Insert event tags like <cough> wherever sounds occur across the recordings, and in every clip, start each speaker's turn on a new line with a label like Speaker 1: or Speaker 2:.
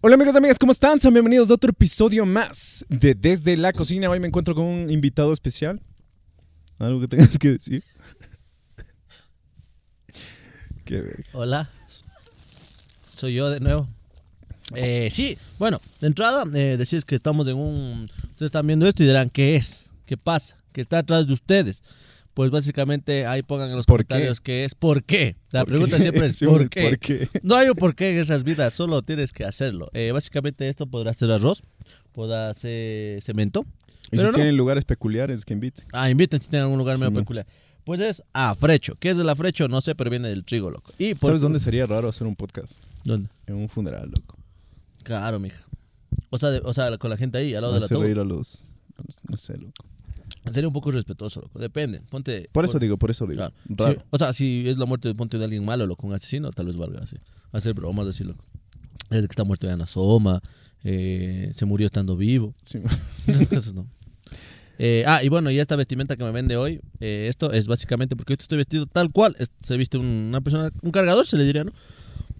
Speaker 1: Hola amigos y amigas, ¿cómo están? Sean bienvenidos a otro episodio más de Desde la Cocina. Hoy me encuentro con un invitado especial. ¿Algo que tengas que decir? Qué verga.
Speaker 2: Hola, soy yo de nuevo. Eh, sí, bueno, de entrada, eh, decís que estamos en un... Ustedes están viendo esto y dirán, ¿qué es? ¿Qué pasa? ¿Qué está atrás de ustedes? Pues básicamente ahí pongan en los
Speaker 1: ¿Por qué?
Speaker 2: comentarios qué es, ¿por qué? La
Speaker 1: ¿Por
Speaker 2: pregunta
Speaker 1: qué? <laughs>
Speaker 2: siempre es,
Speaker 1: Siempre,
Speaker 2: ¿por qué?
Speaker 1: ¿por qué?
Speaker 2: No hay un por qué en esas vidas, solo tienes que hacerlo. Eh, básicamente esto podrá ser arroz, podrá ser cemento.
Speaker 1: Y si
Speaker 2: pero no.
Speaker 1: tienen lugares peculiares que inviten.
Speaker 2: Ah, inviten si tienen algún lugar medio peculiar. Pues es afrecho. ¿Qué es el afrecho? No sé, pero viene del trigo, loco. Y por-
Speaker 1: ¿Sabes dónde sería raro hacer un podcast?
Speaker 2: ¿Dónde?
Speaker 1: En un funeral, loco.
Speaker 2: Claro, mija. O sea, de- o sea, con la gente ahí, al lado de la
Speaker 1: Hacer
Speaker 2: tumba.
Speaker 1: reír a los, a los- No sé, loco.
Speaker 2: Sería un poco irrespetuoso, loco. Depende. Ponte.
Speaker 1: Por eso digo, por eso digo.
Speaker 2: claro.
Speaker 1: Raro.
Speaker 2: Sí, o sea, si es la muerte de ponte de alguien malo, loco, un asesino, tal vez valga así. Hacer bromas, decir, loco. Desde que está muerto ya no asoma. eh, se murió estando vivo.
Speaker 1: Sí. <laughs>
Speaker 2: Esas cosas no. Eh, ah, y bueno, y esta vestimenta que me vende hoy, eh, esto es básicamente porque yo estoy vestido tal cual. es- se viste una persona, un cargador, se le diría, ¿no?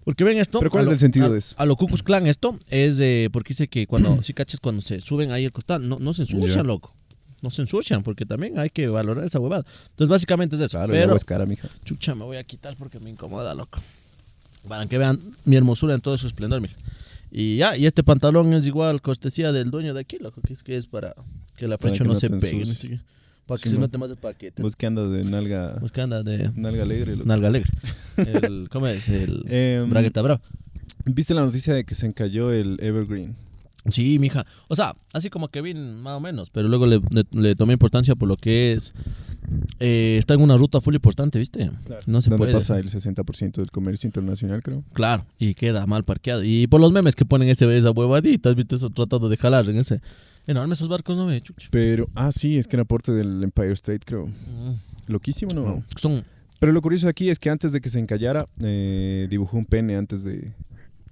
Speaker 2: Porque ven esto.
Speaker 1: ¿Pero cuál
Speaker 2: a
Speaker 1: es
Speaker 2: lo-
Speaker 1: el sentido
Speaker 2: a-
Speaker 1: de eso?
Speaker 2: A lo Cucus Clan, esto es eh, porque dice que
Speaker 1: <clears throat>
Speaker 2: cuando, si cachas, cuando se suben ahí el costal, no, no se ensucian,
Speaker 1: Ya.
Speaker 2: loco. No se ensucian, porque también hay que valorar esa huevada. Entonces, básicamente es eso.
Speaker 1: Claro, y
Speaker 2: pero,
Speaker 1: luego es cara, mija.
Speaker 2: chucha, me voy a quitar porque me incomoda, loco. Para que vean mi hermosura en todo su esplendor, mija. Y ya, y este pantalón es igual cortesía del dueño de aquí, loco, que es que es para que la
Speaker 1: Para
Speaker 2: flecha
Speaker 1: que
Speaker 2: no,
Speaker 1: no
Speaker 2: se
Speaker 1: te
Speaker 2: pegue, no
Speaker 1: ensucie.
Speaker 2: sé qué. para que
Speaker 1: Sí,
Speaker 2: se
Speaker 1: man.
Speaker 2: note más de paquete.
Speaker 1: Vos que andas de nalga,
Speaker 2: Buscando de
Speaker 1: nalga alegre, <laughs> loco.
Speaker 2: nalga alegre. El, ¿Cómo es? El
Speaker 1: Em,
Speaker 2: bragueta brava.
Speaker 1: ¿Viste la noticia de que se encalló el Evergreen?
Speaker 2: Sí, mija. O sea, así como que vi más o menos, pero luego le, le- le tomé importancia por lo que es. eh, está en una ruta full importante, ¿viste? No se
Speaker 1: donde
Speaker 2: puede.
Speaker 1: pasa el 60% del comercio internacional, creo.
Speaker 2: Claro, y queda mal parqueado. Y por los memes que ponen ese, esa huevadita, ¿has visto eso tratando de jalar en ese? Enorme esos barcos, no me chucha.
Speaker 1: Pero, ah, sí, es que era aporte del Empire State, creo.
Speaker 2: Mm.
Speaker 1: Loquísimo, ¿no?
Speaker 2: Son.
Speaker 1: Pero lo curioso aquí es que antes de que se encallara, eh, dibujó un pene antes de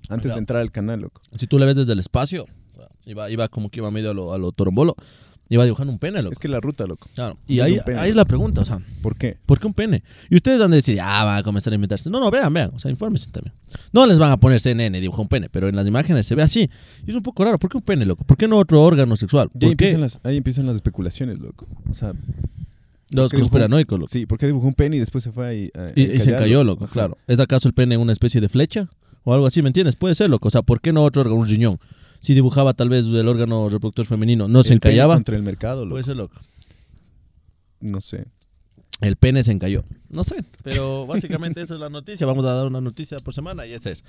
Speaker 1: antes de
Speaker 2: Ya.
Speaker 1: entrar al canal, loco.
Speaker 2: Si tú le ves desde el espacio, iba, iba como que iba medio a lo, a lo torombolo, iba dibujando un pene, loco.
Speaker 1: Es que la ruta, loco.
Speaker 2: Claro. Y
Speaker 1: es
Speaker 2: ahí,
Speaker 1: un pene,
Speaker 2: ahí es la pregunta, o sea,
Speaker 1: ¿Por qué?
Speaker 2: ¿por qué un pene? Y ustedes van a decir, ah, van a comenzar a inventarse. No, no, vean, vean, o sea, infórmense también. No les van a poner CNN, dibujó un pene, pero en las imágenes se ve así. Y es un poco raro, ¿por qué un pene, loco? ¿Por qué no otro órgano sexual?
Speaker 1: Y Ahí
Speaker 2: ¿Por qué
Speaker 1: empiezan, las, ahí empiezan las especulaciones, loco. O sea,
Speaker 2: los
Speaker 1: porque dibujó-
Speaker 2: conspiranoicos, loco?
Speaker 1: sí, ¿por qué dibujó un pene y después se fue ahí? a- a
Speaker 2: Y, y se
Speaker 1: encallar,
Speaker 2: cayó, loco,
Speaker 1: Ajá.
Speaker 2: claro. ¿Es acaso el pene una especie de flecha? O algo así, ¿me entiendes? Puede ser, loco. O sea, ¿por qué no otro órgano, un riñón? Si dibujaba tal vez el órgano reproductor femenino, ¿no se
Speaker 1: El pene
Speaker 2: encallaba? Pues,
Speaker 1: Contra el mercado, loco.
Speaker 2: Puede ser, loco.
Speaker 1: No sé.
Speaker 2: El pene se encalló. No sé,
Speaker 1: <laughs>
Speaker 2: pero básicamente esa es la noticia. Vamos a dar una noticia por semana y esa es.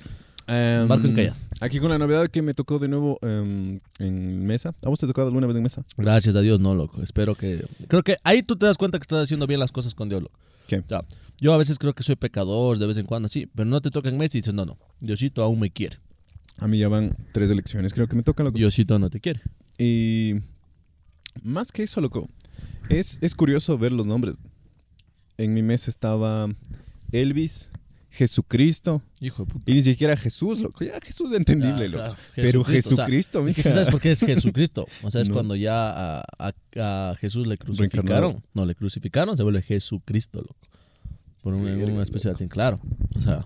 Speaker 2: Barco
Speaker 1: Em,
Speaker 2: encallado.
Speaker 1: Aquí con la novedad que me tocó de nuevo em, en mesa. ¿A vos te ha tocado alguna vez en mesa?
Speaker 2: Gracias a Dios, no, loco. Espero que... Creo que ahí tú te das cuenta que estás haciendo bien las cosas con Dios, loco.
Speaker 1: ¿Qué?
Speaker 2: O sea, yo a veces creo que soy pecador, de vez en cuando, así, pero no te toca en mes y dices, no, no, Diosito aún me quiere.
Speaker 1: A mí ya van tres elecciones, creo que me toca, loco.
Speaker 2: Diosito no te quiere.
Speaker 1: Y más que eso, loco, es, es curioso ver los nombres. En mi mesa estaba Elvis, Jesucristo,
Speaker 2: Hijo de puta.
Speaker 1: y ni siquiera Jesús, loco. Ya Jesús es entendible,
Speaker 2: Ah,
Speaker 1: loco.
Speaker 2: claro,
Speaker 1: Pero
Speaker 2: Jesucristo, o sea,
Speaker 1: Jesucristo,
Speaker 2: Es que
Speaker 1: mija.
Speaker 2: sabes por qué es Jesucristo. O sea, es
Speaker 1: No.
Speaker 2: cuando ya a, a- a Jesús le crucificaron. No, le crucificaron, se vuelve Jesucristo, loco. Por un-
Speaker 1: Verga,
Speaker 2: una especie de latín, claro. O sea,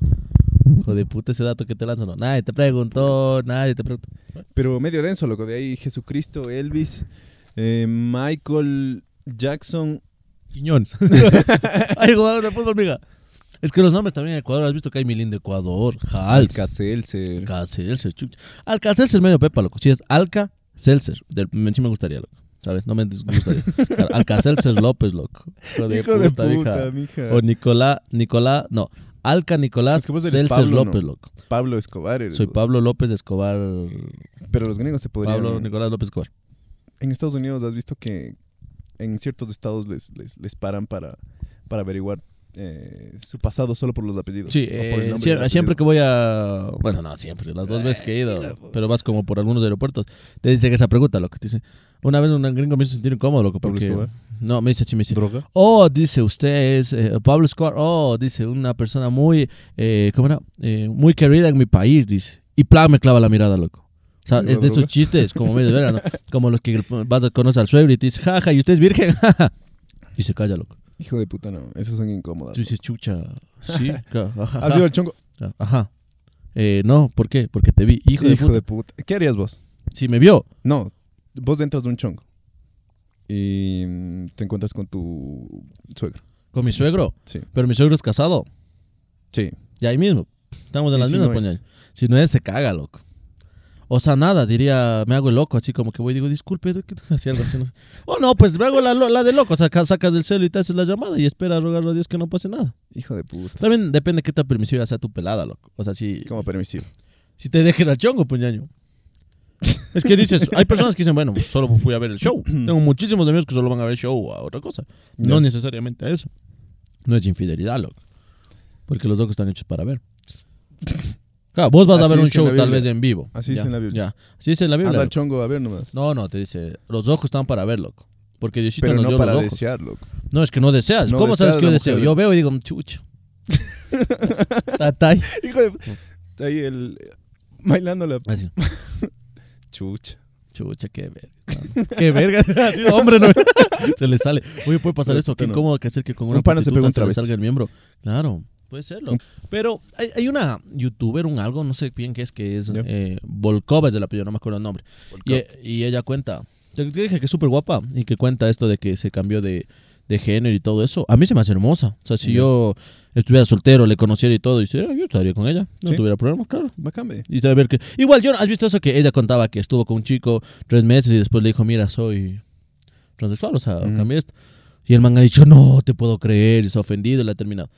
Speaker 2: hijo de puta ese dato que te lanzan. no, Nadie te preguntó, nadie te preguntó.
Speaker 1: Pero medio denso, loco. De ahí Jesucristo, Elvis, eh, Michael Jackson.
Speaker 2: <laughs> Quiñones. Hay jugadores de fútbol, mija. Es que los nombres también en Ecuador, has visto que hay Milín de Ecuador, Hals,
Speaker 1: Alcacelser.
Speaker 2: Alcacelser, chucha. Alcacelser medio pepa, loco. Si es Alca Seltzer, del, me- sí me gustaría, loco. ¿Sabes? No me disgustaría. Claro, Alcacelser López, loco. Hijo de puta, mija.
Speaker 1: mija.
Speaker 2: O Nicolá, Nicolá, no. Alca Nicolás
Speaker 1: Es que vos eres
Speaker 2: Seltzer
Speaker 1: Pablo,
Speaker 2: López,
Speaker 1: ¿no?
Speaker 2: loco.
Speaker 1: Pablo Escobar. eres
Speaker 2: Soy
Speaker 1: vos.
Speaker 2: Pablo López Escobar.
Speaker 1: Pero los gringos te podrían.
Speaker 2: Pablo Nicolás López Escobar.
Speaker 1: Pues, En Estados Unidos has visto que en ciertos estados les, les, les paran para, para averiguar eh, su pasado solo por los apellidos.
Speaker 2: Sí,
Speaker 1: o por el
Speaker 2: eh,
Speaker 1: nombre Eh,
Speaker 2: sie-
Speaker 1: del
Speaker 2: siempre
Speaker 1: apellido.
Speaker 2: que voy a. Bueno, no, siempre, las dos veces que he ido, pero vas como por algunos aeropuertos. Te dicen esa pregunta, loco. Te dicen, una vez un gringo me hizo sentir incómodo, loco,
Speaker 1: Pablo
Speaker 2: porque.
Speaker 1: Escobar.
Speaker 2: No, me dice, sí, me dice.
Speaker 1: ¿Droga?
Speaker 2: Oh, dice, usted es eh, Pablo Escobar. Oh, dice, una persona muy. Eh, ¿Cómo era? Eh, muy querida en mi país, dice. Y plan me clava la mirada, loco. O sea,
Speaker 1: Digo,
Speaker 2: es de esos
Speaker 1: droga.
Speaker 2: chistes, como medio de vera, <laughs> ¿no? Como los que vas a conocer al suegro y te dice, jaja, y usted es virgen, <laughs> jaja. Y se calla, loco.
Speaker 1: Hijo de
Speaker 2: Ah.
Speaker 1: puta, no. Esos son incómodos.
Speaker 2: <laughs> Tú dices, chucha. Sí, claro. ajá,
Speaker 1: ¿Has
Speaker 2: ajá".
Speaker 1: ido al chongo?
Speaker 2: Claro, Ajá. Eh, no, ¿por qué? Porque te vi. Hijo, de puta.
Speaker 1: ¿Qué harías vos?
Speaker 2: Si me vio.
Speaker 1: No, vos entras de un chongo y mm, te encuentras con tu suegro.
Speaker 2: Con mi suegro.
Speaker 1: Sí.
Speaker 2: Pero mi suegro es casado.
Speaker 1: Sí.
Speaker 2: Y ahí mismo. Estamos en
Speaker 1: Y
Speaker 2: las
Speaker 1: si
Speaker 2: mismas,
Speaker 1: no es.
Speaker 2: poñal. Si no es, se caga, loco. O sea, nada, diría, me hago el loco, así como que voy y digo, disculpe, ¿qué te <laughs> hacía algo así? No sé. O no, pues me hago la, lo- la de loco, saca- sacas del celo y te haces la llamada y espera a rogarle a Dios que no pase nada.
Speaker 1: Hijo de puta.
Speaker 2: También depende de qué tan permisiva sea tu pelada, loco. O sea, si,
Speaker 1: Como permisivo.
Speaker 2: si te dejes al chongo, puñaño. Es que dices, hay personas que dicen, bueno, solo fui a ver el show. Tengo muchísimos amigos que solo van a ver el show o a otra cosa. No
Speaker 1: Ya.
Speaker 2: necesariamente a eso. No es infidelidad, loco. Porque los locos están hechos
Speaker 1: <laughs>
Speaker 2: para ver. Claro, vos vas a
Speaker 1: Así
Speaker 2: ver un
Speaker 1: dice en
Speaker 2: show
Speaker 1: la
Speaker 2: tal
Speaker 1: Biblia.
Speaker 2: vez en vivo.
Speaker 1: Así
Speaker 2: Ya,
Speaker 1: dice en la Biblia.
Speaker 2: Ya. Así dice en la Biblia.
Speaker 1: Anda al
Speaker 2: loco.
Speaker 1: chongo a ver nomás.
Speaker 2: No, no, te dice, los ojos están para ver, loco. Porque Diosito
Speaker 1: Pero
Speaker 2: nos
Speaker 1: no
Speaker 2: dio
Speaker 1: para
Speaker 2: los ojos.
Speaker 1: desear, loco.
Speaker 2: No, es que no deseas.
Speaker 1: No
Speaker 2: ¿Cómo
Speaker 1: deseas
Speaker 2: sabes que yo
Speaker 1: la
Speaker 2: deseo?
Speaker 1: mujer.
Speaker 2: Yo veo y digo, "Mm, chucha. Tatay.
Speaker 1: <laughs> Hijo de puta. Ahí el. Bailando la
Speaker 2: Así.
Speaker 1: chucha.
Speaker 2: Chucha, qué verga. <laughs> qué verga.
Speaker 1: <laughs>
Speaker 2: Así, hombre, no. se le sale. Oye, puede pasar eso. Qué
Speaker 1: Bueno.
Speaker 2: incómodo que hacer que con
Speaker 1: Un
Speaker 2: una
Speaker 1: pana se pega un
Speaker 2: prostituta se le
Speaker 1: travesti.
Speaker 2: salga el miembro. Claro, puede serlo. Pero hay, hay una youtuber, un algo, no sé bien qué es, que es
Speaker 1: Ya.
Speaker 2: eh, Volkova es del apellido, no me acuerdo el nombre. Y, y ella cuenta. Te te dije que es súper guapa y que cuenta esto de que se cambió de, de género y todo eso. A mí se me hace hermosa. O sea, si
Speaker 1: Ya.
Speaker 2: yo estuviera soltero, le conociera y todo, y si, yo estaría con ella. No
Speaker 1: Sí.
Speaker 2: tuviera problemas, claro.
Speaker 1: Bacán, ve.
Speaker 2: Y saber que. Igual, yo ¿has visto eso que ella contaba que estuvo con un chico tres meses y después le dijo, mira, soy transexual, o sea,
Speaker 1: Ujú.
Speaker 2: cambié esto. Y el man ha dicho, no, te puedo creer, y se ha ofendido y la ha terminado.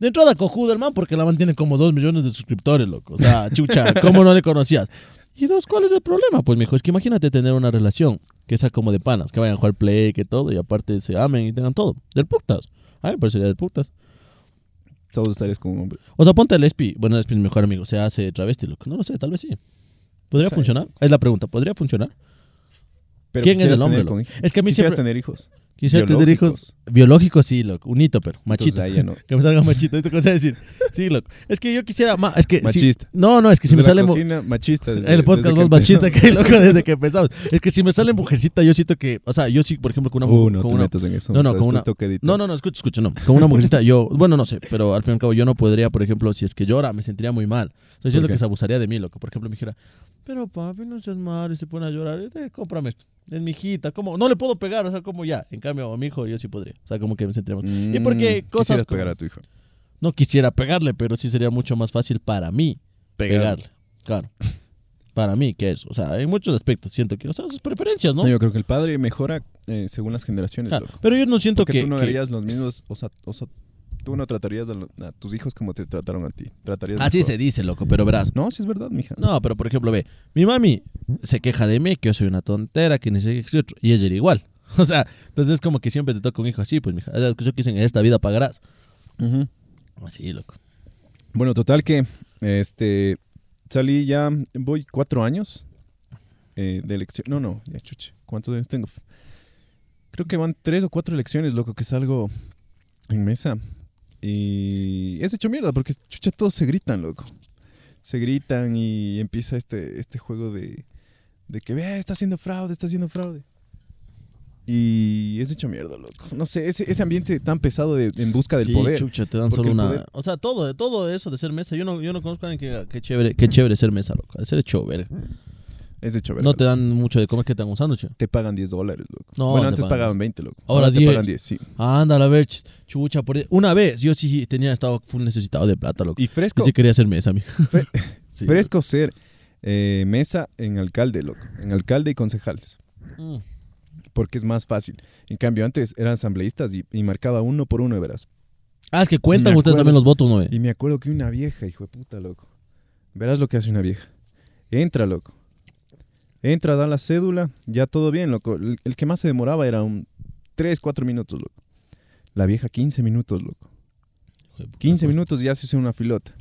Speaker 2: De entrada, cojudo el man, porque la man tiene como dos millones de suscriptores, loco. O sea, chucha, ¿cómo no le conocías? Y dos, ¿cuál es el problema? Pues me dijo, es que imagínate tener una relación que sea como de panas, que vayan a jugar play, que todo, y aparte se amen y tengan todo. Del putas. A mí me parecería del putas.
Speaker 1: Todos estarías con un hombre.
Speaker 2: O sea, ponte el Espi. Bueno, Espi es mi mejor amigo. Se hace travesti, loco. No lo sé, tal vez sí. ¿Podría
Speaker 1: Sí.
Speaker 2: funcionar? Es la pregunta. ¿Podría funcionar?
Speaker 1: Pero
Speaker 2: ¿Quién es
Speaker 1: quisieras
Speaker 2: el hombre?
Speaker 1: tener
Speaker 2: loco?
Speaker 1: con hijos.
Speaker 2: Es que a mí
Speaker 1: Quisieras
Speaker 2: siempre...
Speaker 1: tener hijos.
Speaker 2: Quisiera tener hijos.
Speaker 1: biológicos.
Speaker 2: Biológicos, sí, loco. Un hito, pero machito.
Speaker 1: Entonces, ahí ya no.
Speaker 2: <laughs> Que me salga machito. ¿Esto qué vas a decir? Sí, loco. Es que yo quisiera... ma- Es que... si-
Speaker 1: Machista.
Speaker 2: No, no, es que si
Speaker 1: Desde la
Speaker 2: me sale... mu-
Speaker 1: cocina, machista. desde-
Speaker 2: el podcast
Speaker 1: desde
Speaker 2: más
Speaker 1: que <laughs>
Speaker 2: machista
Speaker 1: empezó.
Speaker 2: que hay, loco, desde que empezamos. Es que si me sale mujercita, yo siento que... O sea, yo sí, por ejemplo, con una...
Speaker 1: Uh, no
Speaker 2: con
Speaker 1: te
Speaker 2: una-
Speaker 1: metas en eso.
Speaker 2: No, no,
Speaker 1: después
Speaker 2: con una-
Speaker 1: toca editar.
Speaker 2: No, no, no, escucha, escucha, no. Con una mujercita, yo, bueno, no sé, pero al fin y al cabo yo no podría, por ejemplo, si es que llora, me sentiría muy mal. Estoy diciendo
Speaker 1: qué?
Speaker 2: que se abusaría de mí, loco. Por ejemplo, me dijera, pero papi, no seas malo y se pone a llorar, yo te- cómprame esto. Es mi hijita, como, no le puedo pegar, o sea, como ya. En cambio, a mi hijo yo sí podría. O sea, como que me sentiría mal. ¿Y por qué
Speaker 1: Mm,
Speaker 2: cosas
Speaker 1: Quisieras
Speaker 2: como-
Speaker 1: pegar a tu hijo.
Speaker 2: No quisiera pegarle, pero sí sería mucho más fácil para mí
Speaker 1: Pegar.
Speaker 2: pegarle. Claro. Para mí, que eso. O sea, en muchos aspectos siento que, o sea, sus preferencias, ¿no?
Speaker 1: No, yo creo que el padre mejora eh, según las generaciones,
Speaker 2: Claro,
Speaker 1: loco.
Speaker 2: Pero yo no siento
Speaker 1: Porque
Speaker 2: que.
Speaker 1: tú no
Speaker 2: que-
Speaker 1: harías los mismos, o sea, o sea, tú no tratarías a, lo- a tus hijos como te trataron a ti. Tratarías
Speaker 2: Así
Speaker 1: mejor.
Speaker 2: se dice, loco, pero verás.
Speaker 1: No, sí es verdad, mija.
Speaker 2: No, pero por ejemplo, ve, mi mami se queja de mí, que yo soy una tontera, que ni sé qué, que soy otro, y ella era igual. <laughs> O sea, entonces es como que siempre te toca un hijo así, pues, mija. Es lo que yo quise en esta vida pagarás.
Speaker 1: Ujú.
Speaker 2: Así, loco.
Speaker 1: Bueno, total que este salí ya, voy cuatro años eh, de elección. No, no, ya chuche. ¿Cuántos años tengo? Creo que van tres o cuatro elecciones, loco, que salgo en mesa. Y es hecho mierda, porque chucha, todos se gritan, loco. Se gritan y empieza este, este juego de, de que, ve, está haciendo fraude, está haciendo fraude. Y es hecho mierda, loco. No sé, ese, ese ambiente tan pesado de, en busca del
Speaker 2: sí,
Speaker 1: poder.
Speaker 2: chucha, te dan
Speaker 1: Porque
Speaker 2: solo
Speaker 1: el
Speaker 2: una...
Speaker 1: poder-
Speaker 2: O sea, todo, todo eso de ser mesa, yo no, yo no conozco a alguien que diga, qué chévere, qué chévere ser mesa, loco. De ser hecho, verga.
Speaker 1: Es hecho verga,
Speaker 2: No te dan mucho de comer que te dan un sándwich.
Speaker 1: te pagan 10 dólares, loco.
Speaker 2: No,
Speaker 1: bueno,
Speaker 2: te
Speaker 1: antes
Speaker 2: pagan
Speaker 1: pagaban 20, loco.
Speaker 2: Ahora
Speaker 1: te
Speaker 2: 10.
Speaker 1: pagan 10, sí.
Speaker 2: Ándale, a ver, ch- chucha, por... Una vez, yo sí tenía, estaba full necesitado de plata, loco.
Speaker 1: Y
Speaker 2: Yo
Speaker 1: fresco,
Speaker 2: sí quería ser mesa, mija.
Speaker 1: Fre-
Speaker 2: <laughs> Sí,
Speaker 1: fresco ser eh, mesa en alcalde, loco. En alcalde y concejales.
Speaker 2: Mm.
Speaker 1: Porque es más fácil. En cambio, antes eran asambleístas y, y marcaba uno por uno, de verás.
Speaker 2: Ah, es que
Speaker 1: Me
Speaker 2: cuentan ustedes
Speaker 1: acuerdo.
Speaker 2: también los votos, ¿no? ve?
Speaker 1: Y me acuerdo que una vieja, hijo de puta, loco. Verás lo que hace una vieja. Entra, loco. Entra, da la cédula, ya todo bien, loco. El, el que más se demoraba era un 3, 4 minutos, loco. La vieja 15 minutos, loco.
Speaker 2: pues.
Speaker 1: 15 minutos ya se hizo una filota.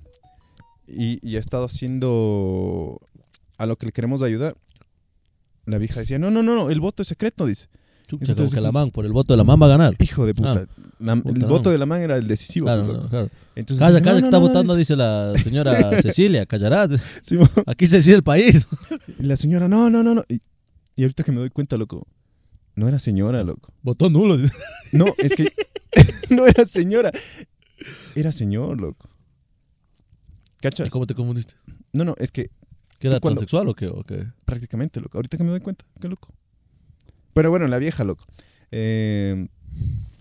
Speaker 1: Y, y ha estado haciendo a lo que le queremos ayudar. La vieja decía, no, no, no, no, el voto es secreto, dice.
Speaker 2: Chucha,
Speaker 1: Entonces,
Speaker 2: como que la man, por el voto de la man va a ganar.
Speaker 1: Hijo de puta. La-
Speaker 2: Ah, puta,
Speaker 1: el
Speaker 2: no.
Speaker 1: voto de la man era el decisivo.
Speaker 2: Claro,
Speaker 1: pues,
Speaker 2: claro,
Speaker 1: loco.
Speaker 2: claro.
Speaker 1: Entonces,
Speaker 2: Calla,
Speaker 1: dice,
Speaker 2: calla,
Speaker 1: "No,
Speaker 2: que
Speaker 1: no,
Speaker 2: está
Speaker 1: no",
Speaker 2: votando,
Speaker 1: dice. <laughs>
Speaker 2: dice la señora Cecilia, callarás.
Speaker 1: Simón.
Speaker 2: Aquí se decide
Speaker 1: <laughs>
Speaker 2: el país.
Speaker 1: Y la señora, no, no, no, no. Y, y ahorita que me doy cuenta, loco. No era señora, loco.
Speaker 2: Votó nulo. <laughs>
Speaker 1: No, es que. <laughs> no era señora. Era señor, loco. ¿Cachas?
Speaker 2: ¿Cómo te confundiste?
Speaker 1: No, no, es que
Speaker 2: ¿Que era
Speaker 1: ¿Tú cuándo?
Speaker 2: transexual o qué? o qué?
Speaker 1: prácticamente, loco. Ahorita que me doy cuenta, qué loco. Pero bueno, la vieja, loco. Eh,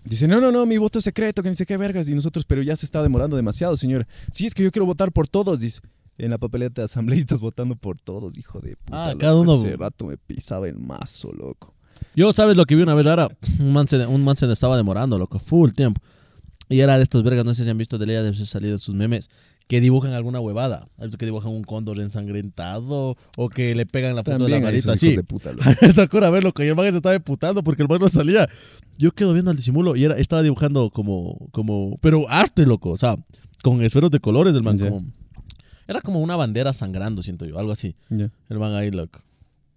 Speaker 1: dice, no, no, no, mi voto es secreto, que ni sé qué vergas. Y nosotros, pero ya se está demorando demasiado, señora. Sí, es que yo quiero votar por todos, dice. En la papeleta de asambleístas <laughs> votando por todos, hijo de puta.
Speaker 2: Ah,
Speaker 1: loco.
Speaker 2: cada uno-
Speaker 1: Ese rato me pisaba el mazo, loco.
Speaker 2: Yo, ¿sabes lo que vi una vez rara? <sniffs> Un man se, un man se estaba demorando, loco, full tiempo. Y era de estos vergas, no sé si han visto de ley, de haberse salido en sus memes, que dibujan alguna huevada. ¿Has visto Que dibujan un cóndor ensangrentado o que le pegan la punta de la
Speaker 1: También a
Speaker 2: manita
Speaker 1: esos
Speaker 2: así.
Speaker 1: hijos de puta,
Speaker 2: <laughs>
Speaker 1: loco.
Speaker 2: Esta cura, a ver, loco, y el man se estaba emputando porque el man no salía. Yo quedo viendo al disimulo y era, estaba dibujando como, como, pero arte, loco, o sea, con esferos de colores el man.
Speaker 1: Ya.
Speaker 2: como- era como una bandera sangrando, siento yo, algo así.
Speaker 1: Ya.
Speaker 2: El man ahí, loco.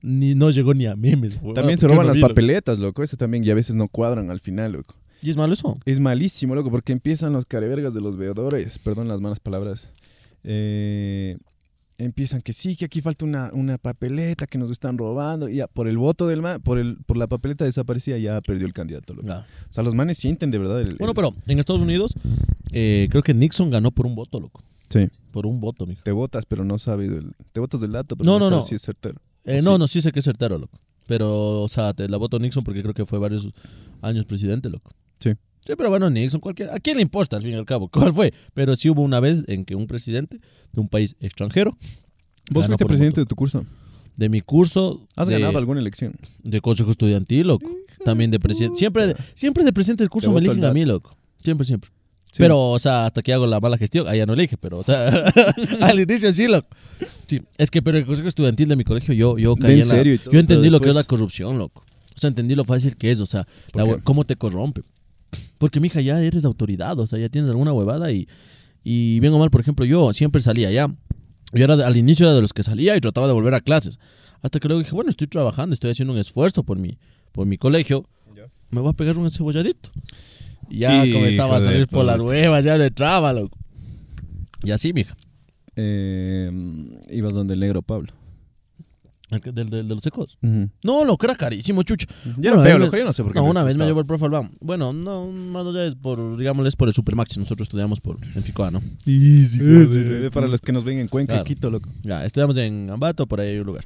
Speaker 2: Ni, no llegó ni a memes. huevada,
Speaker 1: También se
Speaker 2: porque
Speaker 1: roban
Speaker 2: yo pues, no
Speaker 1: las
Speaker 2: vi, loco.
Speaker 1: papeletas, loco. Eso también, y a veces no cuadran al final, loco.
Speaker 2: ¿Y es malo eso?
Speaker 1: Es malísimo, loco, porque empiezan los carevergas de los veedores, perdón las malas palabras. eh, empiezan que sí, que aquí falta una, una papeleta que nos están robando. Y ya, por el voto del man, por, el, por la papeleta desaparecida, ya perdió el candidato, loco.
Speaker 2: Claro.
Speaker 1: O sea, los manes sienten de verdad el. el-
Speaker 2: Bueno, pero en Estados Unidos, eh, creo que Nixon ganó por un voto, loco.
Speaker 1: Sí,
Speaker 2: Por un voto, mijo.
Speaker 1: te votas, pero no sabes. del- te votas del dato, pero
Speaker 2: No,
Speaker 1: no,
Speaker 2: no,
Speaker 1: sabes
Speaker 2: no.
Speaker 1: si es certero.
Speaker 2: Eh, No, no, sí sé que es certero, loco. Pero, o sea, te la voto Nixon porque creo que fue varios años presidente, loco.
Speaker 1: Sí.
Speaker 2: Sí, pero bueno, Nixon, cualquiera. ¿A quién le importa, al fin y al cabo, <laughs> cuál fue? Pero sí hubo una vez en que un presidente de un país extranjero.
Speaker 1: Vos
Speaker 2: ganó
Speaker 1: fuiste
Speaker 2: por un
Speaker 1: presidente
Speaker 2: voto.
Speaker 1: de tu curso.
Speaker 2: De mi curso.
Speaker 1: ¿Has
Speaker 2: de,
Speaker 1: ganado alguna elección?
Speaker 2: De consejo estudiantil, loco. También de presidente. Siempre, de- siempre de presidente del curso
Speaker 1: Te
Speaker 2: me
Speaker 1: voto
Speaker 2: eligen
Speaker 1: al
Speaker 2: a mí, loco. Siempre, siempre.
Speaker 1: Sí.
Speaker 2: Pero, o sea, hasta que hago la mala gestión, allá no elige, pero, o sea, <laughs> al inicio sí, loco. Sí, es que, pero el consejo estudiantil de mi colegio, yo, yo
Speaker 1: Ve
Speaker 2: caí
Speaker 1: en
Speaker 2: en la-
Speaker 1: serio y todo,
Speaker 2: Yo entendí
Speaker 1: pero
Speaker 2: lo que es la
Speaker 1: después-
Speaker 2: corrupción, loco. O sea, entendí lo fácil que es, o sea,
Speaker 1: ¿Por
Speaker 2: la
Speaker 1: qué?
Speaker 2: hue- cómo te corrompe. Porque, mija, ya eres autoridad, o sea, ya tienes alguna huevada y, y bien o mal, por ejemplo, yo siempre salía ya. Yo era de- al inicio era de los que salía y trataba de volver a clases. Hasta que luego dije, bueno, estoy trabajando, estoy haciendo un esfuerzo por mi, por mi colegio. Me voy a pegar un cebolladito. Y ya
Speaker 1: Hijo
Speaker 2: comenzaba a
Speaker 1: de
Speaker 2: salir por las
Speaker 1: puta.
Speaker 2: huevas, ya le traba, loco. Y así, mija.
Speaker 1: Eh, mm, ibas donde el negro Pablo.
Speaker 2: El que- Del, del- de los secos. No, loco, era carísimo, chucha.
Speaker 1: Ya era
Speaker 2: Bueno,
Speaker 1: feo,
Speaker 2: ahí me-
Speaker 1: loco. Yo no sé por qué.
Speaker 2: No,
Speaker 1: les
Speaker 2: una vez me
Speaker 1: gustaba.
Speaker 2: llevó el profe al BAM. Bueno, no, más allá es por, digámosle, es por el Supermax. Nosotros estudiamos por, en Ficoa, ¿no?
Speaker 1: Eh, Sí, sí, sí, Para los que nos ven en Cuenca
Speaker 2: Claro.
Speaker 1: y Quito, loco.
Speaker 2: Ya, estudiamos en Ambato, por ahí hay un lugar.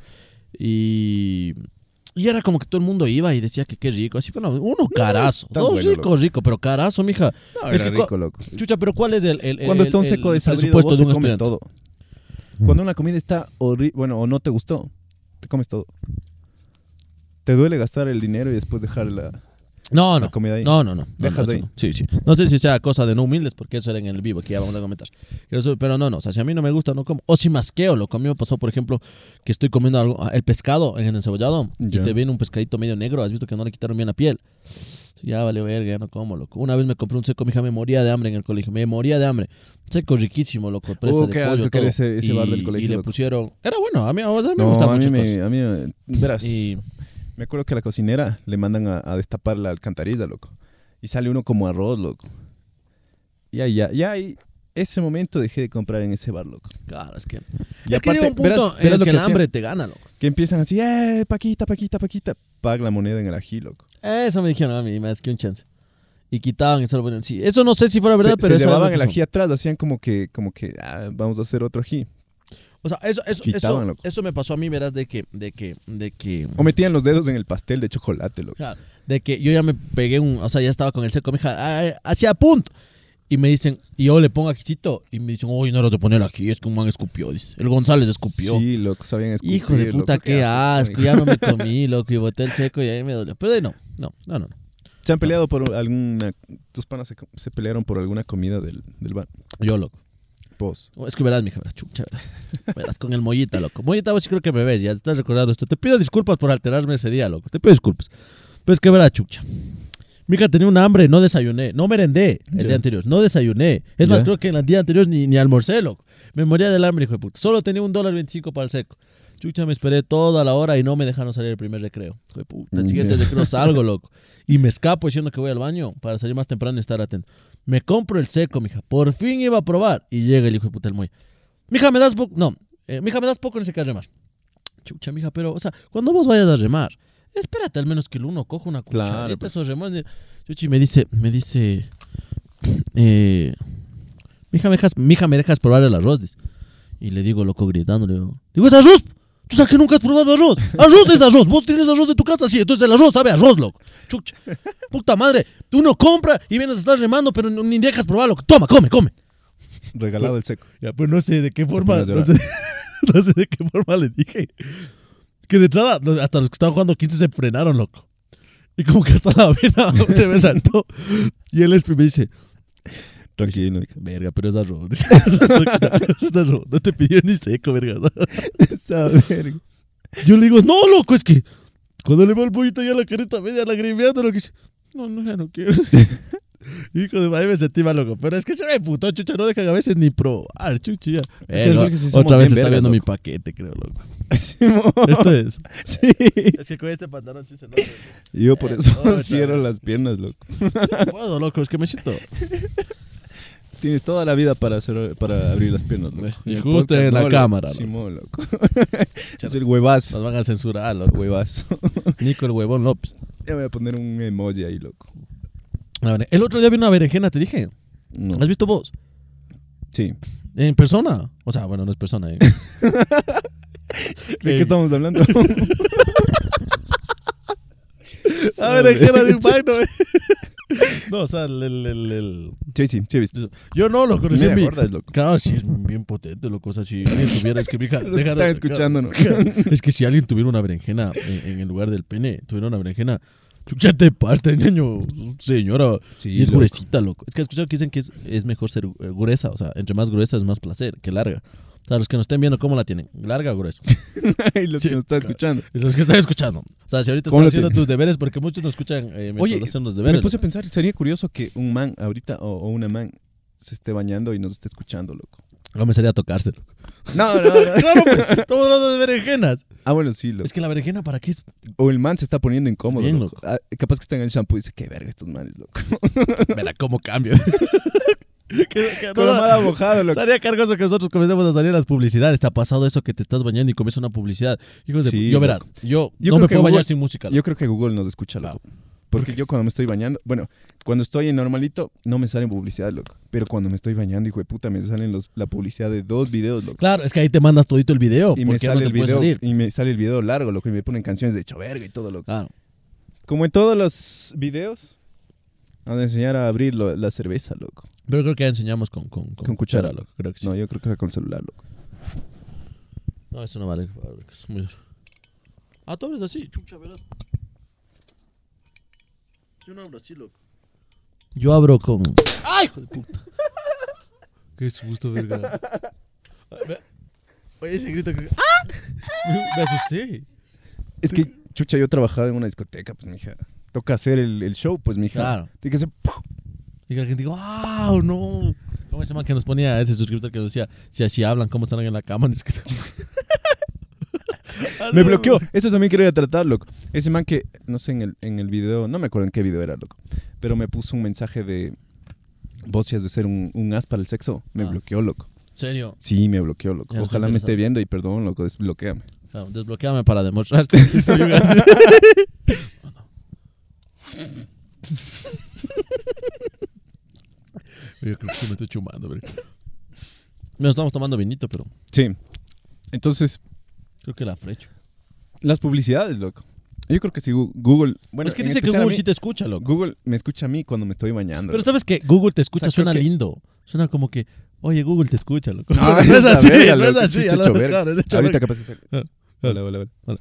Speaker 2: Y, y era como que todo el mundo iba y decía que qué rico. Así, bueno, uno carazo.
Speaker 1: está
Speaker 2: dos
Speaker 1: bueno,
Speaker 2: rico,
Speaker 1: loco.
Speaker 2: rico, pero carazo, mija. es que cua-
Speaker 1: loco.
Speaker 2: Chucha, pero ¿cuál es el, el- el-
Speaker 1: Cuando está un
Speaker 2: el-
Speaker 1: seco
Speaker 2: el
Speaker 1: desabrido,
Speaker 2: presupuesto
Speaker 1: vos
Speaker 2: de
Speaker 1: te
Speaker 2: un
Speaker 1: comes
Speaker 2: estudiante?
Speaker 1: todo. Cuando una comida está horrible, bueno, o no te gustó, te comes todo. Te duele gastar el dinero y después dejar la,
Speaker 2: No,
Speaker 1: la
Speaker 2: no.
Speaker 1: comida ahí.
Speaker 2: No, no, no. No,
Speaker 1: Dejas
Speaker 2: no, eso
Speaker 1: ahí.
Speaker 2: no. Sí, sí. No sé si sea cosa de no humildes, porque eso era en el vivo, que ya vamos a comentar. Pero eso- Pero no, no. O sea, si a mí no me gusta, no como. O si masqueo, lo conmigo pasó, por ejemplo, que estoy comiendo algo, ah, el pescado en el encebollado
Speaker 1: Ya.
Speaker 2: y te viene un pescadito medio negro. Has visto que no le quitaron bien la piel. Ya valió verga, ya no como, loco. Una vez me compré un seco, mija, me moría de hambre en el colegio. Me moría de hambre. Seco riquísimo, loco. Presa
Speaker 1: Oh,
Speaker 2: de
Speaker 1: qué
Speaker 2: pollo,
Speaker 1: asco que
Speaker 2: todo.
Speaker 1: era ese- ese
Speaker 2: y,
Speaker 1: bar del colegio,
Speaker 2: y le
Speaker 1: loco.
Speaker 2: pusieron. Era bueno, a mí, a mí me
Speaker 1: No,
Speaker 2: gustaban
Speaker 1: a mí
Speaker 2: muchas
Speaker 1: me,
Speaker 2: cosas.
Speaker 1: a mí me- verás,
Speaker 2: Y
Speaker 1: me acuerdo que a la cocinera le mandan a, a destapar la alcantarilla, loco. Y sale uno como arroz, loco. Y ahí, ya, ya ahí, ese momento dejé de comprar en ese bar, loco.
Speaker 2: claro, es que.
Speaker 1: Y
Speaker 2: es que llega un punto
Speaker 1: verás-
Speaker 2: en
Speaker 1: verás
Speaker 2: el que, el
Speaker 1: hacían,
Speaker 2: hambre te gana, loco.
Speaker 1: que empiezan así, eh, paquita, paquita, paquita. Paga la moneda en el ají, loco.
Speaker 2: Eso me dijeron a mí, más que un chance. Y quitaban y solo ponían sí. Eso no sé si fuera verdad,
Speaker 1: se,
Speaker 2: pero
Speaker 1: se
Speaker 2: eso era lo
Speaker 1: llevaban
Speaker 2: que
Speaker 1: el
Speaker 2: pasó.
Speaker 1: ají atrás, hacían como que, como que ah, vamos a hacer otro ají.
Speaker 2: O sea, eso, eso,
Speaker 1: Quitaban,
Speaker 2: eso,
Speaker 1: loco.
Speaker 2: eso me pasó a mí, verás, de que, de que, de que.
Speaker 1: O metían los dedos en el pastel de chocolate, loco.
Speaker 2: Claro, De que yo ya me pegué un. O sea, ya estaba con el seco, mija, "Ay, hacia punto. eh, Y me dicen, y yo le pongo ajicito. Y me dicen, uy, no era de poner ají, es que un man escupió, dice. El González escupió.
Speaker 1: Sí, loco, sabían escupir.
Speaker 2: Hijo de puta,
Speaker 1: loco,
Speaker 2: qué asco. Ya no me comí, loco, y boté el seco y ahí me dolió. Pero de no, no, no, no. no.
Speaker 1: ¿Se han peleado por alguna... Tus panas se, se pelearon por alguna comida del, del bar?
Speaker 2: Yo, loco.
Speaker 1: Vos.
Speaker 2: Oh, Es que verás, mija, verás, chucha, verás. Verás con el mollita, loco. Mollita, vos sí creo que me ves, ya estás recordando esto. Te pido disculpas por alterarme ese día, loco. Te pido disculpas. Pues que verás, chucha. Mija, tenía un hambre, no desayuné, no merendé el
Speaker 1: Ya.
Speaker 2: día anterior, no desayuné. Es más,
Speaker 1: Ya.
Speaker 2: creo que en el día anterior ni, ni almorcé, loco. Me moría del hambre, hijo de puta. Solo tenía un dólar veinticinco para el seco. Chucha, me esperé toda la hora y no me dejaron salir el primer recreo. Hijo de puta, el siguiente
Speaker 1: Mm, Ya. <laughs>
Speaker 2: recreo salgo, loco. Y me escapo diciendo que voy al baño para salir más temprano y estar atento. Me compro el seco, mija. Por fin iba a probar. Y llega el hijo de puta el muy. Mija, me das poco. No, eh, mija, me das poco en ese remar. Chucha, mija, pero, o sea, cuando vos vayas a remar, espérate al menos que el uno coja una
Speaker 1: Claro,
Speaker 2: cucharita,
Speaker 1: pues.
Speaker 2: esos remares. Chuchi me dice, me dice, eh, mija, me dejas, mija, me dejas probar el arroz, dice. Y le digo, loco, gritándole, digo, digo, es arroz. Tú sabes que nunca has probado arroz. Arroz es arroz. Vos tienes arroz en tu casa, sí. Entonces el arroz sabe a arroz, loco. Chucha. Puta madre. Uno compra y vienes a estar remando, pero ni dejas probar, loco. Toma, come, come.
Speaker 1: Regalado el seco.
Speaker 2: Ya, pues no sé de qué forma.
Speaker 1: pone a
Speaker 2: No sé, <laughs> no sé de qué forma le dije. Que de entrada, los- hasta los que estaban jugando 15 se frenaron, loco. Y como que hasta la vena <laughs> se me saltó. Y él es- me dice,
Speaker 1: Tranquilo. dije.
Speaker 2: verga, pero es arroz. <laughs> Dice, es arroz. No te pidieron ni seco, verga. <laughs> Yo le digo, no, loco, es que cuando le veo el pollito ya la carita media lagrimeando, lo que dice, no, no, ya no quiero. <laughs> Hijo de madre, me sentí mal, loco. Pero es que se me putó, chucha, no dejan a veces ni probar, chucha. ya.
Speaker 1: Es que
Speaker 2: Eh,
Speaker 1: el
Speaker 2: no,
Speaker 1: Jorge sí somos
Speaker 2: otra vez
Speaker 1: bien
Speaker 2: está
Speaker 1: verga,
Speaker 2: viendo mi
Speaker 1: loco.
Speaker 2: paquete, creo, loco. <laughs>
Speaker 1: Simón.
Speaker 2: Esto es.
Speaker 1: Sí.
Speaker 2: es que con este pantalón sí se lo
Speaker 1: Yo por
Speaker 2: Eh, <laughs>
Speaker 1: eso <laughs>
Speaker 2: otra
Speaker 1: cierro
Speaker 2: vez.
Speaker 1: las piernas, loco.
Speaker 2: <laughs> No puedo, loco, es que me siento.
Speaker 1: Tienes toda la vida para hacer, para abrir las piernas, loco.
Speaker 2: Y
Speaker 1: En el
Speaker 2: justo Eh, en la
Speaker 1: loco.
Speaker 2: cámara, loco.
Speaker 1: Simón,
Speaker 2: <laughs>
Speaker 1: loco. es el huevazo.
Speaker 2: Nos van a censurar, loco.
Speaker 1: Huevazo.
Speaker 2: <laughs> Nico el huevón López.
Speaker 1: Ya voy a poner un emoji ahí, loco.
Speaker 2: A ver, el otro día vi una berenjena, te dije.
Speaker 1: No.
Speaker 2: ¿Has visto vos?
Speaker 1: Sí.
Speaker 2: En persona. O sea, bueno, no es persona. eh. <laughs>
Speaker 1: ¿De qué estamos hablando? <laughs>
Speaker 2: A ver, ¿qué era de <laughs> eh. impacto? No, o sea, el, el, el, el-
Speaker 1: sí, sí, sí he visto.
Speaker 2: Yo no, lo conocí
Speaker 1: Mira,
Speaker 2: en mi...
Speaker 1: gordas, loco.
Speaker 2: Claro, sí, es bien potente, loco. O sea, si alguien tuviera... Es que,
Speaker 1: <laughs>
Speaker 2: mija,
Speaker 1: Los que
Speaker 2: déjalo-
Speaker 1: están escuchándonos.
Speaker 2: <laughs> Es que si alguien tuviera una berenjena en, en el lugar del pene, tuviera una berenjena... Chucha, te <laughs> parte, niño. Señora.
Speaker 1: Sí,
Speaker 2: y es
Speaker 1: loco.
Speaker 2: gruesita, loco. Es que he escuchado que dicen que es, es mejor ser eh, gruesa. O sea, entre más gruesa es más placer que larga. O sea, los que nos estén viendo, ¿cómo la tienen? ¿Larga o gruesa? <laughs>
Speaker 1: <laughs> y los
Speaker 2: Sí,
Speaker 1: que nos están
Speaker 2: claro.
Speaker 1: escuchando.
Speaker 2: Y Los que están escuchando. O sea, si ahorita
Speaker 1: ¿Cómo
Speaker 2: están
Speaker 1: la
Speaker 2: haciendo
Speaker 1: tienen?
Speaker 2: tus deberes, porque muchos nos escuchan eh, mientras
Speaker 1: Oye,
Speaker 2: hacen los
Speaker 1: Me
Speaker 2: deberes.
Speaker 1: puse a pensar, sería curioso que un man ahorita o, o una man se esté bañando y nos esté escuchando, loco.
Speaker 2: No me sería tocarse,
Speaker 1: <laughs>
Speaker 2: loco.
Speaker 1: No, no,
Speaker 2: <laughs>
Speaker 1: no.
Speaker 2: Claro, pues, estamos hablando de berenjenas.
Speaker 1: Ah, bueno, sí, loco.
Speaker 2: Es que la berenjena, ¿para qué? es?
Speaker 1: O el man se está poniendo incómodo.
Speaker 2: Bien,
Speaker 1: loco. Ah, capaz que está en el shampoo y dice, qué verga estos manes, loco.
Speaker 2: Verá cómo cambia. <laughs> que, que
Speaker 1: Pero
Speaker 2: no-
Speaker 1: nada mojado, loco.
Speaker 2: Estaría cargoso que nosotros comencemos a salir a las publicidades. Te ha pasado eso que te estás bañando y comienza una publicidad. Hijos de
Speaker 1: Sí,
Speaker 2: pu- yo verás, yo,
Speaker 1: Yo
Speaker 2: no
Speaker 1: creo
Speaker 2: me
Speaker 1: que
Speaker 2: puedo
Speaker 1: Google-
Speaker 2: bañar sin música. loco.
Speaker 1: Yo creo que Google nos escucha, loco. Porque yo cuando me estoy bañando, bueno, cuando estoy en normalito, no me salen publicidad, loco. Pero cuando me estoy bañando, hijo de puta, me salen los, la publicidad de dos videos, loco.
Speaker 2: Claro, es que ahí te mandas todito el video.
Speaker 1: Y me
Speaker 2: porque ya no
Speaker 1: sale el
Speaker 2: te puede
Speaker 1: video,
Speaker 2: salir. Ah.
Speaker 1: y me sale el video largo, loco, y me ponen canciones de hecho verga y todo, loco.
Speaker 2: Claro.
Speaker 1: Como en todos los videos, van a enseñar a abrir lo- la cerveza, loco.
Speaker 2: Pero creo que ya enseñamos con, con, con
Speaker 1: Con
Speaker 2: cuchara,
Speaker 1: cuchara.
Speaker 2: loco. Creo que sí.
Speaker 1: No, yo creo que era con celular, loco.
Speaker 2: No, eso no vale. porque Es muy duro. Ah, tú abres así, chucha, verás. Yo no abro así, loco. Yo abro con. ¡Ay, hijo de puta! <laughs> Qué susto, verga. Oye, ese grito que. ¡Ah! Me asusté.
Speaker 1: Es que, chucha, yo trabajaba en una discoteca, pues, mija. Toca hacer el, el show, pues, mija.
Speaker 2: Claro.
Speaker 1: Tiene que ser...
Speaker 2: Y que la gente dijo, ¡Wow, no! ¿Cómo se llama que nos ponía ese suscriptor que nos decía, si así hablan, cómo están en la cama? <laughs> Es que-
Speaker 1: Me bloqueó. Eso también quería tratar, loco. Ese man que, no sé, en el, en el video, no me acuerdo en qué video era, loco. Pero me puso un mensaje de... Vos si has de ser un, un as para el sexo. Me
Speaker 2: Ah.
Speaker 1: bloqueó, loco.
Speaker 2: Serio.
Speaker 1: Sí, me bloqueó, loco.
Speaker 2: Ya no está
Speaker 1: Ojalá me esté
Speaker 2: interesado.
Speaker 1: viendo y perdón, loco, desbloqueame.
Speaker 2: Claro, desbloqueame para demostrarte que sí estoy jugando. Yo creo que sí me estoy chumando, pero... Nos estamos tomando vinito, pero
Speaker 1: Sí. Entonces,
Speaker 2: creo que la frecho.
Speaker 1: las publicidades, loco. Yo creo que sí, Gu- Google... Bueno,
Speaker 2: es que
Speaker 1: en
Speaker 2: dice que
Speaker 1: especial a
Speaker 2: Google
Speaker 1: mí-
Speaker 2: sí te escucha, loco.
Speaker 1: Google me escucha a mí cuando me estoy bañando.
Speaker 2: Pero
Speaker 1: loco.
Speaker 2: sabes que Google te escucha
Speaker 1: O sea, creo
Speaker 2: suena
Speaker 1: que-
Speaker 2: lindo. Suena como que, oye, Google te escucha, loco.
Speaker 1: No,
Speaker 2: <laughs> no es
Speaker 1: Ah, esa
Speaker 2: así,
Speaker 1: verga,
Speaker 2: no es
Speaker 1: loco,
Speaker 2: así.
Speaker 1: chucho,
Speaker 2: a la-
Speaker 1: verga.
Speaker 2: claro, es de hecho,
Speaker 1: Ahorita
Speaker 2: verga.
Speaker 1: capaz que está-
Speaker 2: Ah,
Speaker 1: Hola, hola, hola.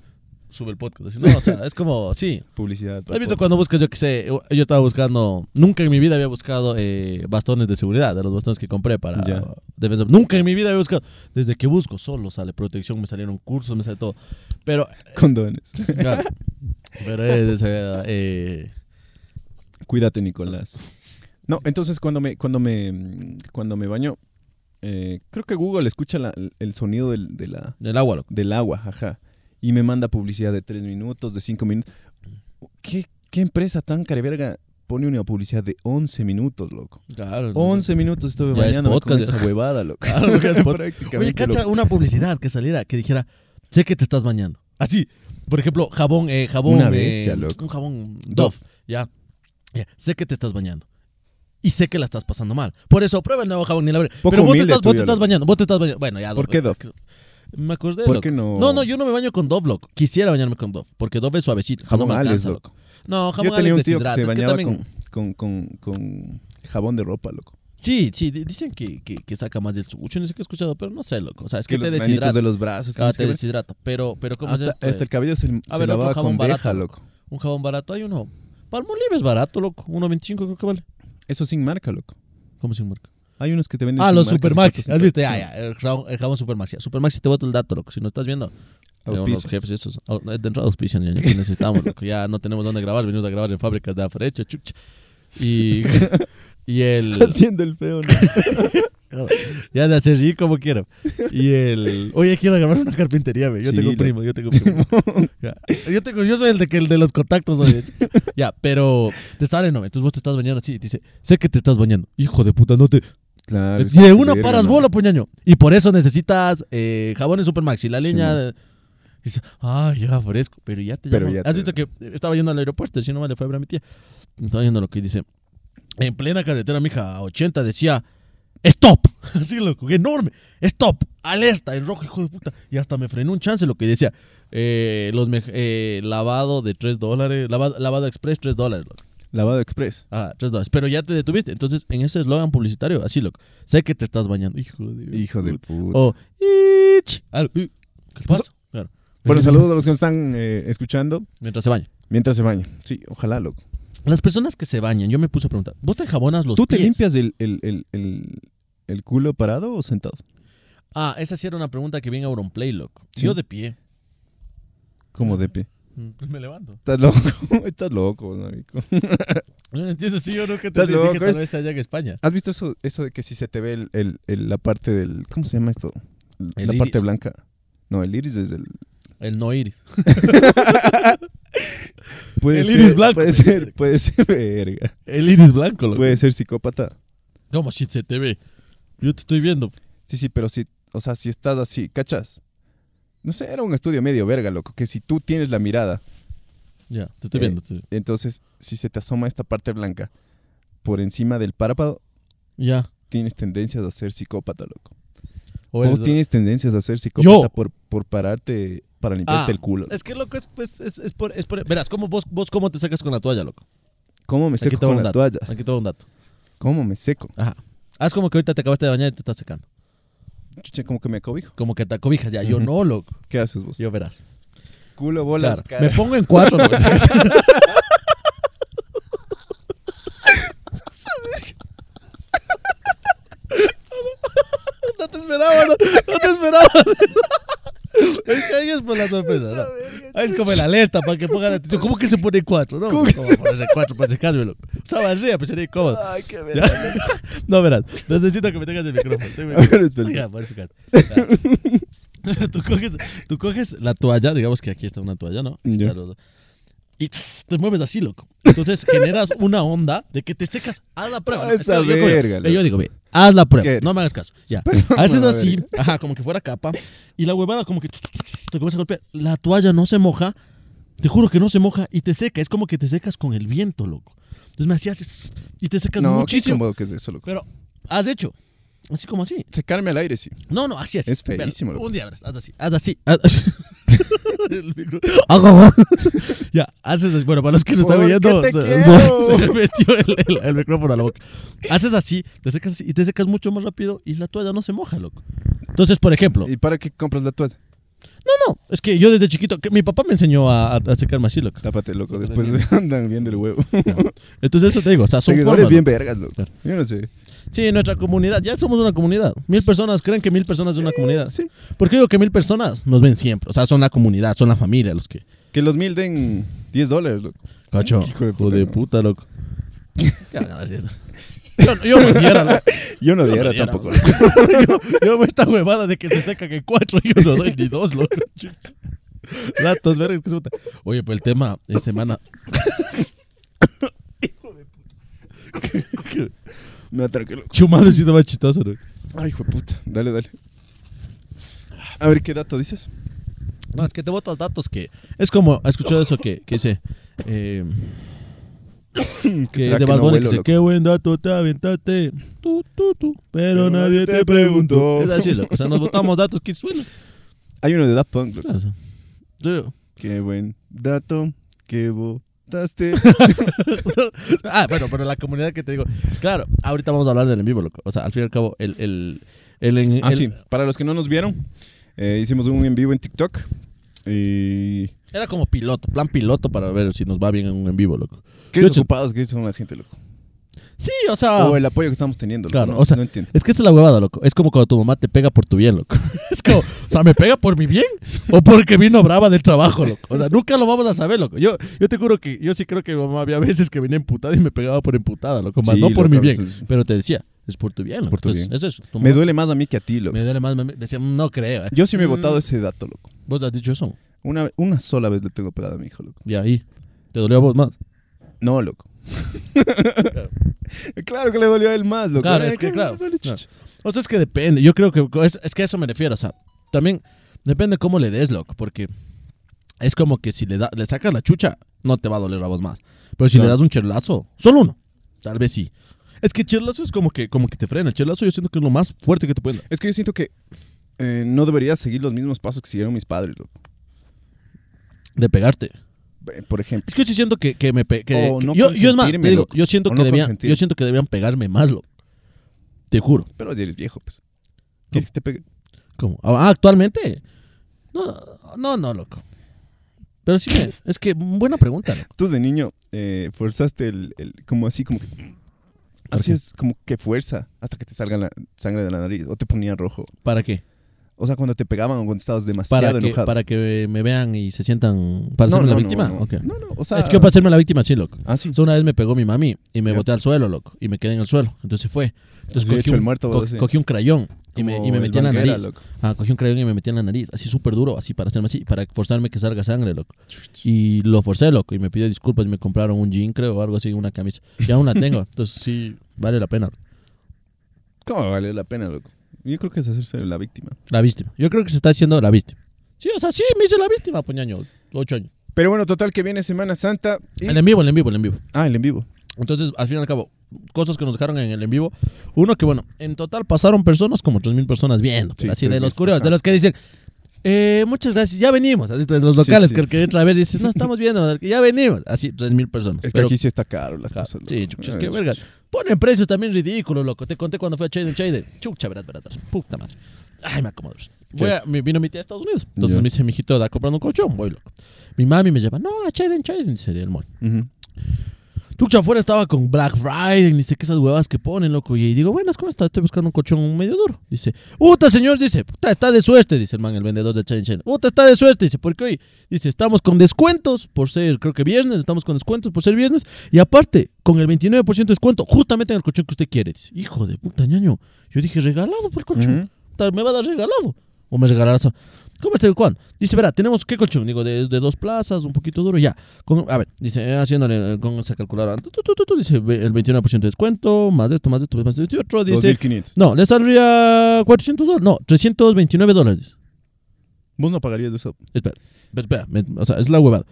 Speaker 2: Sube el podcast. así, No, o sea, es como, sí.
Speaker 1: Publicidad.
Speaker 2: ¿Has visto cuando buscas, yo qué sé, yo yo estaba buscando, nunca en mi vida había buscado eh, bastones de seguridad, de los bastones que compré para
Speaker 1: Ya.
Speaker 2: defensa. Nunca en mi vida había buscado. Desde que busco, solo sale protección, me salieron cursos, me sale todo. Pero, <laughs>
Speaker 1: Condones.
Speaker 2: claro, pero es, eh, eh,
Speaker 1: Cuídate, Nicolás. No, entonces cuando me, cuando me, mm, cuando me baño, eh, creo que Google escucha la- el sonido del, de la,
Speaker 2: del agua, loco.
Speaker 1: del agua, ajá. Y me manda publicidad de tres minutos, de cinco minutos. ¿Qué, qué empresa tan careverga pone una publicidad de 11 minutos, loco?
Speaker 2: Claro.
Speaker 1: 11 minutos estuve
Speaker 2: Ya es
Speaker 1: bañando con
Speaker 2: podcast, ya.
Speaker 1: esa huevada, loco.
Speaker 2: <laughs> Claro, porque es podcast.
Speaker 1: Prácticamente,
Speaker 2: Oye, cacha,
Speaker 1: loco.
Speaker 2: una publicidad que saliera, que dijera, sé que te estás bañando. Así, por ejemplo, jabón, eh, jabón,
Speaker 1: Una
Speaker 2: eh,
Speaker 1: bestia, loco.
Speaker 2: un jabón
Speaker 1: Dove.
Speaker 2: Dove, ya. Ya, Sé que te estás bañando. y sé que la estás pasando mal. Por eso, prueba el nuevo jabón ni la verga.
Speaker 1: Poco
Speaker 2: Pero vos te,
Speaker 1: humilde
Speaker 2: estás, vos
Speaker 1: tuyo,
Speaker 2: te estás
Speaker 1: loco.
Speaker 2: bañando, vos te estás bañando. Bueno, ya.
Speaker 1: ¿Por
Speaker 2: Dove,
Speaker 1: qué Dove?
Speaker 2: Me acordé.
Speaker 1: ¿Por
Speaker 2: loco.
Speaker 1: qué no?
Speaker 2: No, no, yo no me baño con Dove, loco. Quisiera bañarme con Dove, porque Dove es suavecito.
Speaker 1: Jamón
Speaker 2: Jamón no me
Speaker 1: Alex,
Speaker 2: alcanza,
Speaker 1: loco.
Speaker 2: loco. No, jamón
Speaker 1: Yo tenía un
Speaker 2: Alex
Speaker 1: tío que se
Speaker 2: deshidrata, es
Speaker 1: bañaba
Speaker 2: también-
Speaker 1: con, con, con, con jabón de ropa, loco.
Speaker 2: Sí, sí, di- dicen que, que, que saca más del sucho, ni sé qué he escuchado, pero no sé, loco. O sea, es que,
Speaker 1: los
Speaker 2: te
Speaker 1: granitos
Speaker 2: deshidrata.
Speaker 1: de los brazos. que
Speaker 2: Ah,
Speaker 1: no sé
Speaker 2: te
Speaker 1: qué ver.
Speaker 2: deshidrata. Pero, pero ¿cómo
Speaker 1: hasta, este
Speaker 2: es esto?
Speaker 1: hasta el cabello se, se
Speaker 2: ver, otro
Speaker 1: lavaba
Speaker 2: jabón
Speaker 1: con
Speaker 2: barato,
Speaker 1: deja,
Speaker 2: loco.
Speaker 1: loco.
Speaker 2: Un jabón barato, hay uno. Palmolive es barato, loco. 1.25 creo que vale.
Speaker 1: Eso sin marca, loco.
Speaker 2: ¿Cómo sin marca?
Speaker 1: Hay unos que te venden
Speaker 2: Ah,
Speaker 1: sin
Speaker 2: los
Speaker 1: marca, sin
Speaker 2: Supermaxis.
Speaker 1: patas,
Speaker 2: ¿Has
Speaker 1: sin
Speaker 2: visto? Ya,
Speaker 1: patas.
Speaker 2: ya. El jabón, el jabón Supermaxi. Supermaxi te boto el dato, loco. Si no estás viendo. eh, Los
Speaker 1: Auspicios.
Speaker 2: jefes esos. au- eh, De entrada auspician, ya que necesitamos, loco. Ya no tenemos dónde grabar. Venimos a grabar en fábricas de afarecho, chucha. Y, <laughs> y el... <laughs>
Speaker 1: Haciendo el feo, ¿no?
Speaker 2: Ya de hacer reír como quiero. Y el. Oye, quiero grabar una carpintería, güey. Yo
Speaker 1: Sí,
Speaker 2: tengo
Speaker 1: lo-
Speaker 2: primo, yo tengo primo. <laughs> Ya. Yo, tengo, yo soy el de, que, el de los contactos, oye. ya, pero te sale, no. Entonces vos te estás bañando así. y te Dice, sé que te estás bañando. Hijo de puta, no te.
Speaker 1: Claro. es
Speaker 2: De
Speaker 1: que
Speaker 2: una
Speaker 1: verga,
Speaker 2: paras
Speaker 1: ¿no?
Speaker 2: bola, puñaño. Y por eso necesitas eh, jabones Supermax. Y la
Speaker 1: Sí,
Speaker 2: línea.
Speaker 1: man.
Speaker 2: de- y dice, ah, ya fresco. Pero ya te
Speaker 1: Pero
Speaker 2: llaman.
Speaker 1: ya
Speaker 2: Has
Speaker 1: te-
Speaker 2: visto que eh, estaba yendo al aeropuerto. Si no le fue a ver a mi tía. Estaba yendo lo que dice. En plena carretera, mija, a 80 decía. ¡Stop! <laughs> Así loco, enorme. ¡Stop! ¡Alerta! En rojo, hijo de puta. Y hasta me frenó un chance lo que decía. eh, los mej- eh, lavado de 3 dólares. Lavado, lavado express 3 dólares. loco.
Speaker 1: Lavado express.
Speaker 2: Ah, 3 dólares. Pero ya te detuviste. Entonces, en ese eslogan publicitario, así loco. Sé que te estás bañando. Hijo de.
Speaker 1: Hijo de puta.
Speaker 2: O. "Ich", algo, "Ich". ¿Qué
Speaker 1: pasó?
Speaker 2: pasa? Claro.
Speaker 1: Bueno, saludos a los que nos están eh, escuchando
Speaker 2: Mientras se baña.
Speaker 1: mientras se bañan. Sí, ojalá, loco.
Speaker 2: Las personas que se bañan, yo me puse a preguntar. ¿Vos te jabonas los
Speaker 1: ¿Tú te
Speaker 2: pies?
Speaker 1: limpias el, el, el, el, el culo parado o sentado?
Speaker 2: Ah, esa sí era una pregunta que viene a Auronplay, loco.
Speaker 1: Sí.
Speaker 2: Yo de pie.
Speaker 1: Como de pie.
Speaker 2: Pues me <laughs> levanto.
Speaker 1: Estás loco, <laughs> estás loco, marico.
Speaker 2: ¿Entiendes? Sí, yo no que te
Speaker 1: Estás
Speaker 2: dije
Speaker 1: loco,
Speaker 2: tal
Speaker 1: es-
Speaker 2: vez allá en España.
Speaker 1: ¿Has visto eso, eso de que si se te ve el, el- el- la parte del... ¿Cómo se llama esto?
Speaker 2: El
Speaker 1: la parte
Speaker 2: iris.
Speaker 1: blanca. No, el iris es el...
Speaker 2: El no iris.
Speaker 1: Puede
Speaker 2: El
Speaker 1: ser,
Speaker 2: iris blanco.
Speaker 1: Puede ser, puede ser, <laughs> verga.
Speaker 2: El iris blanco, loco.
Speaker 1: Puede ser psicópata.
Speaker 2: ¿Cómo si Pues, se te ve? Yo te estoy viendo.
Speaker 1: Sí, sí, pero si... O sea, si estás así, ¿cachas? No sé, era un estudio medio verga, loco. Que si tú tienes la mirada,
Speaker 2: Ya, te estoy
Speaker 1: Eh,
Speaker 2: viendo. te-
Speaker 1: entonces si se te asoma esta parte blanca por encima del párpado,
Speaker 2: Ya.
Speaker 1: tienes tendencias a ser psicópata, loco.
Speaker 2: O
Speaker 1: Vos
Speaker 2: eres-
Speaker 1: tienes tendencias a ser psicópata
Speaker 2: Yo.
Speaker 1: por, por pararte, para limpiarte
Speaker 2: Ah,
Speaker 1: el culo.
Speaker 2: Es que loco, es, pues, es, es por, es por- Verás, ¿cómo vos, vos cómo te sacas con la toalla, loco?
Speaker 1: ¿Cómo me
Speaker 2: Aquí
Speaker 1: seco
Speaker 2: te va
Speaker 1: con
Speaker 2: un
Speaker 1: la
Speaker 2: dato.
Speaker 1: toalla?
Speaker 2: Aquí te doy un dato.
Speaker 1: ¿Cómo me seco?
Speaker 2: Ajá. Haz como que ahorita te acabaste de bañar y te estás secando.
Speaker 1: Chucha, como que me acobijo.
Speaker 2: Como que te acobijas ya. Yo
Speaker 1: Ujú.
Speaker 2: no, loco.
Speaker 1: ¿Qué haces vos?
Speaker 2: Yo verás.
Speaker 1: culo, bolas,
Speaker 2: Claro. Me pongo en cuatro, loco. No te esperaba, no, no te esperaba. <laughs> Es que ahí es por la sorpresa. ¿no? Ah, es como el alerta para que pongan atención. ¿Cómo que se pone en cuatro? No, ¿Cómo ponerse en cuatro para secarme, loco? Estaba arriba, pues sería incómodo.
Speaker 1: Ay, qué
Speaker 2: <laughs> ¿Ya? No, verás, necesito que me tengas el micrófono. Tengo el
Speaker 1: A ver,
Speaker 2: micrófono.
Speaker 1: espera.
Speaker 2: Ya, voy a explicar. Verás. <laughs> tú, coges, tú coges la toalla, digamos que aquí está una toalla, ¿no? Aquí
Speaker 1: Ya.
Speaker 2: está los- Y tss, te mueves así, loco. Entonces generas una onda de que te secas. Haz la prueba.
Speaker 1: Ah,
Speaker 2: ¿no?
Speaker 1: esa
Speaker 2: Espera, yo, cojo.
Speaker 1: verga,
Speaker 2: Eh,
Speaker 1: loco.
Speaker 2: yo digo, ve, haz la
Speaker 1: ¿Qué
Speaker 2: prueba.
Speaker 1: eres?
Speaker 2: No me hagas caso. Ya.
Speaker 1: Superman,
Speaker 2: Haces
Speaker 1: la
Speaker 2: así,
Speaker 1: verga.
Speaker 2: ajá, como que fuera capa. Y la huevada como que tss, tss, tss, te comienza a golpear. La toalla no se moja. Te juro que no se moja y te seca. Es como que te secas con el viento, loco. Entonces me hacías "Sss", y te secas
Speaker 1: No, muchísimo.
Speaker 2: muchísimo.
Speaker 1: que es eso, loco.
Speaker 2: Pero has hecho. Así como así.
Speaker 1: Secarme al aire, sí.
Speaker 2: No, no, así así.
Speaker 1: Es feísimo,
Speaker 2: Verás,
Speaker 1: loco.
Speaker 2: Un día verás, haz así, haz así. haz así. <laughs> El micro- Hago- ya, haces así. Bueno, para los que nos están
Speaker 1: ¿Por qué
Speaker 2: viendo,
Speaker 1: te
Speaker 2: se,
Speaker 1: quiero?
Speaker 2: <laughs> se- se le metió el, el- el micrófono a la boca. Haces así, te secas así y te secas mucho más rápido y la toalla no se moja, loco. Entonces, por ejemplo,
Speaker 1: ¿Y para qué compras la toalla?
Speaker 2: no, no, es que yo desde chiquito, que mi papá me enseñó a, a- a secarme así, loco.
Speaker 1: Tápate, loco. Después <laughs> andan viendo el huevo.
Speaker 2: Entonces, eso te digo, o sea, son
Speaker 1: Seguidores
Speaker 2: formas,
Speaker 1: bien vergas, loco.
Speaker 2: Claro.
Speaker 1: Yo no sé.
Speaker 2: Sí, nuestra comunidad. Ya somos una comunidad. Mil personas creen que mil personas es una comunidad.
Speaker 1: Eh, Sí.
Speaker 2: Porque digo que mil personas nos ven siempre. O sea, son la comunidad, son la familia los que.
Speaker 1: Que los mil den 10 dólares, loco.
Speaker 2: Cacho.
Speaker 1: Hijo de
Speaker 2: Hijo de
Speaker 1: puta,
Speaker 2: puta, loco. ¿Qué van a decir? Yo, yo me diera, loco.
Speaker 1: Yo no
Speaker 2: Yo no
Speaker 1: diera
Speaker 2: diera,
Speaker 1: tampoco. <laughs>
Speaker 2: loco. yo, yo hago esta huevada de que se secan en cuatro y yo no doy ni dos, loco. Datos, vergas, que se puta. Oye, pero el tema de semana. Hijo de puta.
Speaker 1: <laughs> Me atraqué, loco.
Speaker 2: Chumado sido más chistoso, loco.
Speaker 1: Ay, hijo de puta. Dale, dale. A ver, ¿qué dato <clears throat> dices?
Speaker 2: No, es que te botas datos que. Es como, ¿has escuchado eso que, que dice? eh, que es
Speaker 1: será
Speaker 2: de
Speaker 1: que
Speaker 2: Bad
Speaker 1: no
Speaker 2: Bunny, que
Speaker 1: huelo,
Speaker 2: dice,
Speaker 1: loco?
Speaker 2: qué buen dato te aventaste, tú, tú, tú, pero, nadie te preguntó. Es así, loco. O sea,
Speaker 1: <laughs>
Speaker 2: nos botamos datos que suenan.
Speaker 1: Hay uno de Daft Punk. loco.
Speaker 2: Claro. Yo-
Speaker 1: Qué buen dato que votaste.
Speaker 2: ah, bueno, pero la comunidad que te digo, claro, ahorita vamos a hablar del en vivo, loco. O sea, al fin y al cabo, el... el, el, el-
Speaker 1: ah,
Speaker 2: el-
Speaker 1: sí. Para los que no nos vieron, eh, hicimos un en vivo en TikTok. Y...
Speaker 2: Era como piloto, plan piloto para ver si nos va bien en un en vivo, loco.
Speaker 1: Qué
Speaker 2: Yo-
Speaker 1: desocupados que son la gente, loco.
Speaker 2: Sí, o sea...
Speaker 1: O el apoyo que estamos teniendo, loco.
Speaker 2: ah. Claro,
Speaker 1: no,
Speaker 2: o sea,
Speaker 1: no entiendo.
Speaker 2: Es que esa es la huevada, loco. Es como cuando tu mamá te pega por tu bien, loco. <laughs> Es como, o sea, ¿me pega por mi bien? ¿O porque vino brava del trabajo, loco? O sea, nunca lo vamos a saber, loco. Yo, yo te juro que yo sí creo que mi mamá había veces que venía emputada y me pegaba por emputada, loco. Más
Speaker 1: Sí,
Speaker 2: no por
Speaker 1: loco,
Speaker 2: mi
Speaker 1: a
Speaker 2: bien.
Speaker 1: veces-
Speaker 2: Pero te decía, es por tu bien, loco.
Speaker 1: por tu
Speaker 2: Entonces,
Speaker 1: bien.
Speaker 2: Es eso. Tu
Speaker 1: Me
Speaker 2: mamá-
Speaker 1: duele más a mí que a ti, loco.
Speaker 2: me duele más. me- me- decía, no creo. eh.
Speaker 1: Yo sí me he
Speaker 2: Mm.
Speaker 1: votado ese dato, loco.
Speaker 2: Vos has dicho eso.
Speaker 1: Una, una sola vez le tengo pelada a mi hijo, loco.
Speaker 2: Y ahí. ¿Te dolió a vos más?
Speaker 1: No,
Speaker 2: <laughs>
Speaker 1: loco. claro que le dolió a él más, loco.
Speaker 2: Claro,
Speaker 1: Eh,
Speaker 2: es que,
Speaker 1: qué-
Speaker 2: claro.
Speaker 1: vale, chucha.
Speaker 2: O sea, es que depende. Yo creo que es, es que a eso me refiero. O sea, también depende cómo le des, loco. Porque es como que si le, da- le sacas la chucha, no te va a doler a vos más. Pero si le
Speaker 1: Claro.
Speaker 2: das un cherlazo, solo uno, tal vez sí. Es que cherlazo es como que, como que te frena. El cherlazo yo siento que es lo más fuerte que te pueden dar.
Speaker 1: Es que yo siento que eh, no debería seguir los mismos pasos que siguieron mis padres, loco.
Speaker 2: De pegarte.
Speaker 1: Eh, Por ejemplo.
Speaker 2: Es que yo sí siento que, que me pe- que-
Speaker 1: O
Speaker 2: que-
Speaker 1: no
Speaker 2: yo, yo es más, te
Speaker 1: consentirme,
Speaker 2: digo,
Speaker 1: loco.
Speaker 2: yo siento,
Speaker 1: O
Speaker 2: que
Speaker 1: no
Speaker 2: debían,
Speaker 1: consentir.
Speaker 2: yo siento que debían pegarme más, loco. Te juro.
Speaker 1: Pero si eres viejo, pues. ¿Quieres que te pegue?
Speaker 2: ¿Cómo? Ah, actualmente. No, no, no, loco. Pero sí, me- es que buena pregunta. loco.
Speaker 1: Tú de niño eh, forzaste el, el- Como así, como que. Así
Speaker 2: qué?
Speaker 1: es como que fuerza hasta que te salga la sangre de la nariz o te ponían rojo.
Speaker 2: ¿Para qué?
Speaker 1: O sea, cuando te pegaban o cuando estabas demasiado
Speaker 2: Para que,
Speaker 1: enojado.
Speaker 2: para que me vean y se sientan. ¿Para
Speaker 1: No, no,
Speaker 2: hacerme la
Speaker 1: no,
Speaker 2: víctima?
Speaker 1: No,
Speaker 2: Ok.
Speaker 1: no, no, o sea.
Speaker 2: Es que yo para hacerme la víctima, sí, loco.
Speaker 1: Ah, sí.
Speaker 2: O sea, una vez me pegó mi mami y me
Speaker 1: Ya.
Speaker 2: boté al suelo, loco. Y me quedé en el suelo. Entonces se fue. Entonces
Speaker 1: Sí, hecho
Speaker 2: un,
Speaker 1: el muerto,
Speaker 2: co-
Speaker 1: sí.
Speaker 2: cogí un crayón y me, y
Speaker 1: Como
Speaker 2: me
Speaker 1: el
Speaker 2: metí en la
Speaker 1: Banguera,
Speaker 2: nariz.
Speaker 1: loco.
Speaker 2: Ah, cogí un crayón y me metí en la nariz. Así súper duro, así para hacerme así, para forzarme que salga sangre, loco. Y lo forcé, loco. Y me pidió disculpas y me compraron un jean, creo, o algo así, una camisa. Ya aún la tengo. <laughs> Entonces sí, vale la pena.
Speaker 1: ¿Cómo vale la pena, loco? Yo creo que es hacerse la víctima.
Speaker 2: La víctima. Yo creo que se está haciendo la víctima. Sí, o sea, sí, me hice la víctima, puñaño. Ocho años.
Speaker 1: Pero bueno, total que viene Semana Santa y...
Speaker 2: El en vivo, el en vivo, el en vivo.
Speaker 1: Ah, el en vivo.
Speaker 2: Entonces, al fin y al cabo, cosas que nos dejaron en el en vivo. Uno que, bueno, en total pasaron personas, como 3.000 personas viendo.
Speaker 1: Sí,
Speaker 2: así de
Speaker 1: 3.000,
Speaker 2: los curiosos, de
Speaker 1: ajá.
Speaker 2: los que dicen, eh, muchas gracias, ya venimos. Así de los
Speaker 1: Sí,
Speaker 2: locales,
Speaker 1: sí.
Speaker 2: que el que otra vez dices, no estamos viendo, ya venimos. Así, 3.000 personas.
Speaker 1: Es que
Speaker 2: Pero-
Speaker 1: aquí sí está caro las
Speaker 2: Claro,
Speaker 1: cosas.
Speaker 2: sí,
Speaker 1: loco.
Speaker 2: chuchas,
Speaker 1: Ah,
Speaker 2: qué verga. Ponen precios también ridículos, loco. Te conté cuando fui a Chayde, Chayde. Chucha, verás, verás, verás. Puta madre. Ay, me acomodo. Voy a- me- vino mi tía a Estados Unidos. Entonces
Speaker 1: Ya.
Speaker 2: me dice, mijito, da comprando un colchón. Voy, loco. Mi mami me lleva, no, a Chayde, Chayde. Dice, del mall.
Speaker 1: Ujú.
Speaker 2: Chucha, afuera estaba con Black Friday, ni sé qué esas huevas que ponen, loco. Y digo, buenas, ¿cómo estás? Estoy buscando un colchón medio duro. Dice, puta, señor, dice, puta, está de suerte, dice el man, el vendedor de Chain Chain. Puta, está de suerte, dice, porque hoy, dice, estamos con descuentos por ser, creo que viernes, estamos con descuentos por ser viernes. Y aparte, con el 29% de descuento, justamente en el colchón que usted quiere. Dice, hijo de puta, ñaño. Yo dije, regalado por el colchón.
Speaker 1: Ujú.
Speaker 2: Puta, me va a dar regalado. O me regalarás. a- ¿Cómo está el Juan? Dice, verá, tenemos qué colchón. Digo, de, de dos plazas, un poquito duro, ya. Con- a ver, dice, eh, haciéndole eh, con esa calculadora. Tu, tu, tu, tu, tu, dice, ve- el 21% de descuento, más esto, más esto, más esto. Y otro dice,
Speaker 1: 2.500.
Speaker 2: no, le saldría 400 dólares. No, 329 dólares.
Speaker 1: Vos no pagarías eso.
Speaker 2: Espera, espera, espera, me- o sea, es la huevada.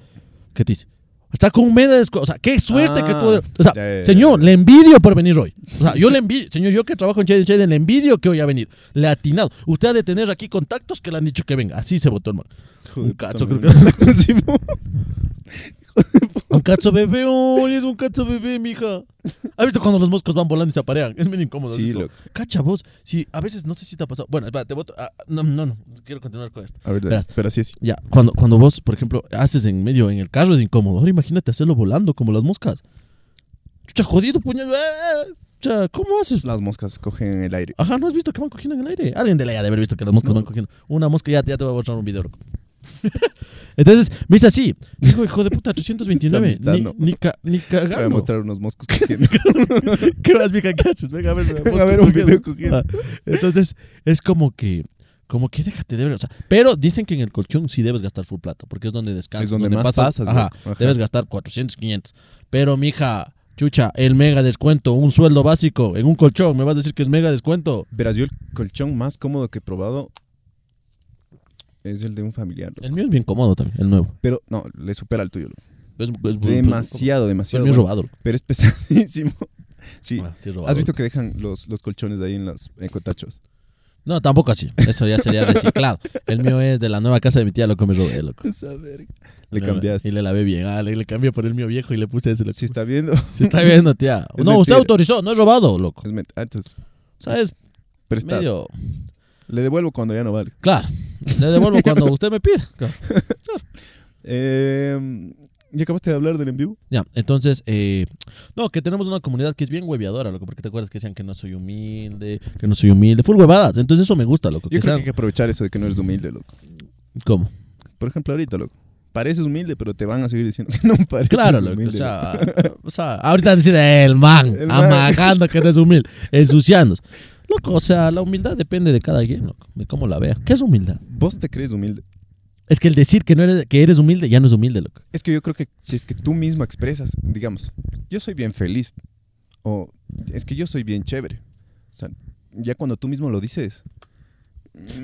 Speaker 2: ¿Qué te dice? Está con un mes de descuento. O sea, qué suerte
Speaker 1: Ah,
Speaker 2: que tú. O sea,
Speaker 1: ya, ya, ya.
Speaker 2: señor, le envidio por venir hoy. O sea, yo le envidio. Señor, yo que trabajo en Shaden Shaden, le envidio que hoy ha venido. Le ha atinado. Usted ha de tener aquí contactos que le han dicho que venga. Así se votó el man. Un cacho, creo que. Un cacho bebé, hoy es un cacho bebé, mija. ¿Has visto cuando los moscos van volando y se aparean? Es medio incómodo.
Speaker 1: Sí,
Speaker 2: ¿has visto?
Speaker 1: loco.
Speaker 2: Cacha vos. Sí, a veces no sé si te ha pasado. Bueno, espera, te voto. ah, no, no, no. Quiero continuar con esto.
Speaker 1: A ver, dale.
Speaker 2: Verás.
Speaker 1: pero así es.
Speaker 2: Ya, cuando, cuando vos, por ejemplo, haces en medio en el carro es incómodo. Ahora imagínate hacerlo volando como las moscas. Chucha, jodido, puñal. eh, Chucha, ¿cómo haces?
Speaker 1: Las moscas cogen el aire.
Speaker 2: Ajá, ¿no has visto que van cogiendo en el aire? Alguien de la haya de haber visto que las moscas
Speaker 1: No.
Speaker 2: van cogiendo. Una mosca, ya, ya te voy a mostrar un video. loco. <laughs> Entonces, me dice así. Digo, hijo de <laughs> puta, 329.
Speaker 1: Esa amistad,
Speaker 2: Ni,
Speaker 1: no.
Speaker 2: ni, ca- ni
Speaker 1: Te voy a
Speaker 2: cagando.
Speaker 1: mostrar unos moscos <laughs> cogiendo.
Speaker 2: <laughs> ¿Qué más, mija? ¿Qué haces?
Speaker 1: <laughs>
Speaker 2: Venga, a ver. una mosca
Speaker 1: A ver, un
Speaker 2: cogiendo.
Speaker 1: video cogiendo.
Speaker 2: Ah, entonces, es como que... Como que déjate de ver, o sea, pero dicen que en el colchón sí debes gastar full plata, porque es donde descansas,
Speaker 1: Es donde más pasas,
Speaker 2: ajá,
Speaker 1: loco. Ajá.
Speaker 2: debes gastar 400, 500. Pero mija, chucha, el mega descuento, un sueldo básico en un colchón, me vas a decir que es mega descuento.
Speaker 1: Verás, yo el colchón más cómodo que he probado es el de un familiar. loco.
Speaker 2: El mío es bien cómodo también, el nuevo.
Speaker 1: Pero no, le supera al tuyo. loco.
Speaker 2: Es, es-
Speaker 1: Demasiado, demasiado.
Speaker 2: Pero bien
Speaker 1: bueno.
Speaker 2: robado.
Speaker 1: Pero es pesadísimo. <laughs> Sí.
Speaker 2: Ah, sí, robado.
Speaker 1: ¿Has visto que dejan los, los colchones ahí en los en cotachos?
Speaker 2: No, tampoco así. Eso ya sería reciclado. El mío es de la nueva casa de mi tía, lo que me robé, loco.
Speaker 1: Esa verga. Le
Speaker 2: No,
Speaker 1: cambiaste.
Speaker 2: Y le lavé bien. Ah, le, le cambié por el mío viejo y le puse ese. loco.
Speaker 1: Si está viendo.
Speaker 2: Se está viendo, tía.
Speaker 1: Es
Speaker 2: no, usted
Speaker 1: mentira.
Speaker 2: autorizó. No es robado, loco.
Speaker 1: Es ment- ah, entonces,
Speaker 2: ¿Sabes?
Speaker 1: prestado.
Speaker 2: Medio...
Speaker 1: Le devuelvo cuando ya no vale.
Speaker 2: Claro. Le devuelvo cuando usted me pida.
Speaker 1: Eh, ¿Ya acabaste de hablar del en vivo?
Speaker 2: Ya, entonces, eh, no, que tenemos una comunidad que es bien hueviadora, loco, porque te acuerdas que decían que no soy humilde, que no soy humilde, full huevadas, entonces eso me gusta,
Speaker 1: Yo
Speaker 2: loco, que
Speaker 1: creo que
Speaker 2: sean,
Speaker 1: hay que aprovechar eso de que no eres humilde, loco.
Speaker 2: ¿cómo?
Speaker 1: Por ejemplo, ahorita, loco. Pareces humilde, pero te van a seguir diciendo <laughs> <laughs> que no pareces
Speaker 2: Claro,
Speaker 1: humilde.
Speaker 2: loco, o sea,
Speaker 1: <laughs>
Speaker 2: o sea, ahorita decir, "Eh, el man,
Speaker 1: El man".
Speaker 2: amagando que no es humilde,
Speaker 1: <laughs>
Speaker 2: ensuciándose. Loco, o sea, la humildad depende de cada quien, loco, de cómo la vea. ¿Qué es humildad?
Speaker 1: Vos te crees humilde.
Speaker 2: Es que el decir que no eres, que eres humilde ya no es humilde, loco.
Speaker 1: Es que yo creo que si es que tú mismo expresas, digamos, yo soy bien feliz o es que yo soy bien chévere. O sea, ya cuando tú mismo lo dices.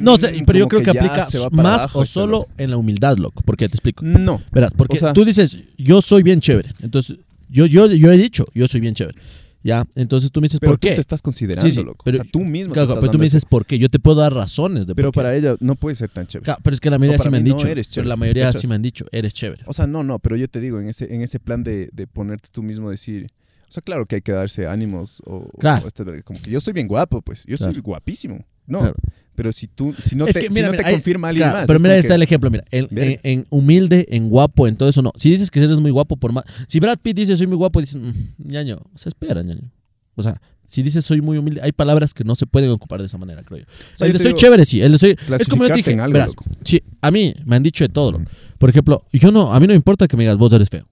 Speaker 2: No
Speaker 1: mm,
Speaker 2: sé, pero yo
Speaker 1: como
Speaker 2: creo que,
Speaker 1: ya
Speaker 2: aplica
Speaker 1: se va para
Speaker 2: más
Speaker 1: abajo
Speaker 2: o
Speaker 1: esto,
Speaker 2: solo
Speaker 1: loco.
Speaker 2: en la humildad, loco, porque te explico.
Speaker 1: No,
Speaker 2: Verás, porque
Speaker 1: O sea-
Speaker 2: tú dices, yo soy bien chévere. Entonces, yo, yo, yo he dicho, yo soy bien chévere. Ya, entonces tú me dices,
Speaker 1: pero
Speaker 2: ¿por
Speaker 1: tú
Speaker 2: qué?
Speaker 1: te estás considerando,
Speaker 2: Sí, sí,
Speaker 1: loco.
Speaker 2: pero-
Speaker 1: o sea, tú mismo. te
Speaker 2: Claro,
Speaker 1: estás
Speaker 2: pero tú
Speaker 1: dando
Speaker 2: me
Speaker 1: ese-
Speaker 2: dices, ¿por qué? Yo te puedo dar razones de
Speaker 1: pero
Speaker 2: por qué.
Speaker 1: para ella no puede ser tan chévere.
Speaker 2: Claro, pero es que la mayoría
Speaker 1: No,
Speaker 2: sí
Speaker 1: para
Speaker 2: me han
Speaker 1: mí no
Speaker 2: dicho.
Speaker 1: eres
Speaker 2: pero la
Speaker 1: chévere,
Speaker 2: mayoría
Speaker 1: ¿cachas?
Speaker 2: sí me han dicho, eres chévere.
Speaker 1: O sea, no, no, pero yo te digo, en ese, en ese plan de, de ponerte tú mismo a decir. O sea, claro que hay que darse ánimos o,
Speaker 2: Claro.
Speaker 1: o esta verga, como que yo soy bien guapo, pues. Yo soy
Speaker 2: Claro.
Speaker 1: guapísimo. No,
Speaker 2: Claro.
Speaker 1: pero si tú, si no
Speaker 2: Es
Speaker 1: te,
Speaker 2: que
Speaker 1: si
Speaker 2: mira,
Speaker 1: no
Speaker 2: mira,
Speaker 1: te
Speaker 2: hay-
Speaker 1: confirma alguien
Speaker 2: Claro,
Speaker 1: más.
Speaker 2: pero
Speaker 1: es
Speaker 2: mira,
Speaker 1: como
Speaker 2: ahí está
Speaker 1: que-
Speaker 2: el ejemplo, mira, en,
Speaker 1: Verga.
Speaker 2: en- en humilde, en guapo, en todo eso no. Si dices que eres muy guapo, por más... Si Brad Pitt dice soy muy guapo, dices, "Mm, ñaño, o sea, espera, ñaño. O sea, si dices soy muy humilde, hay palabras que no se pueden ocupar de esa manera, creo yo.
Speaker 1: O sea, yo
Speaker 2: el de
Speaker 1: te
Speaker 2: soy
Speaker 1: digo,
Speaker 2: chévere, sí. El de soy... Es como yo te
Speaker 1: clasificarte
Speaker 2: dije,
Speaker 1: en algo,
Speaker 2: verás,
Speaker 1: loco.
Speaker 2: Sí, a mí me han dicho de todo. loco. Por ejemplo, yo no, a mí no me importa que me digas, vos eres feo.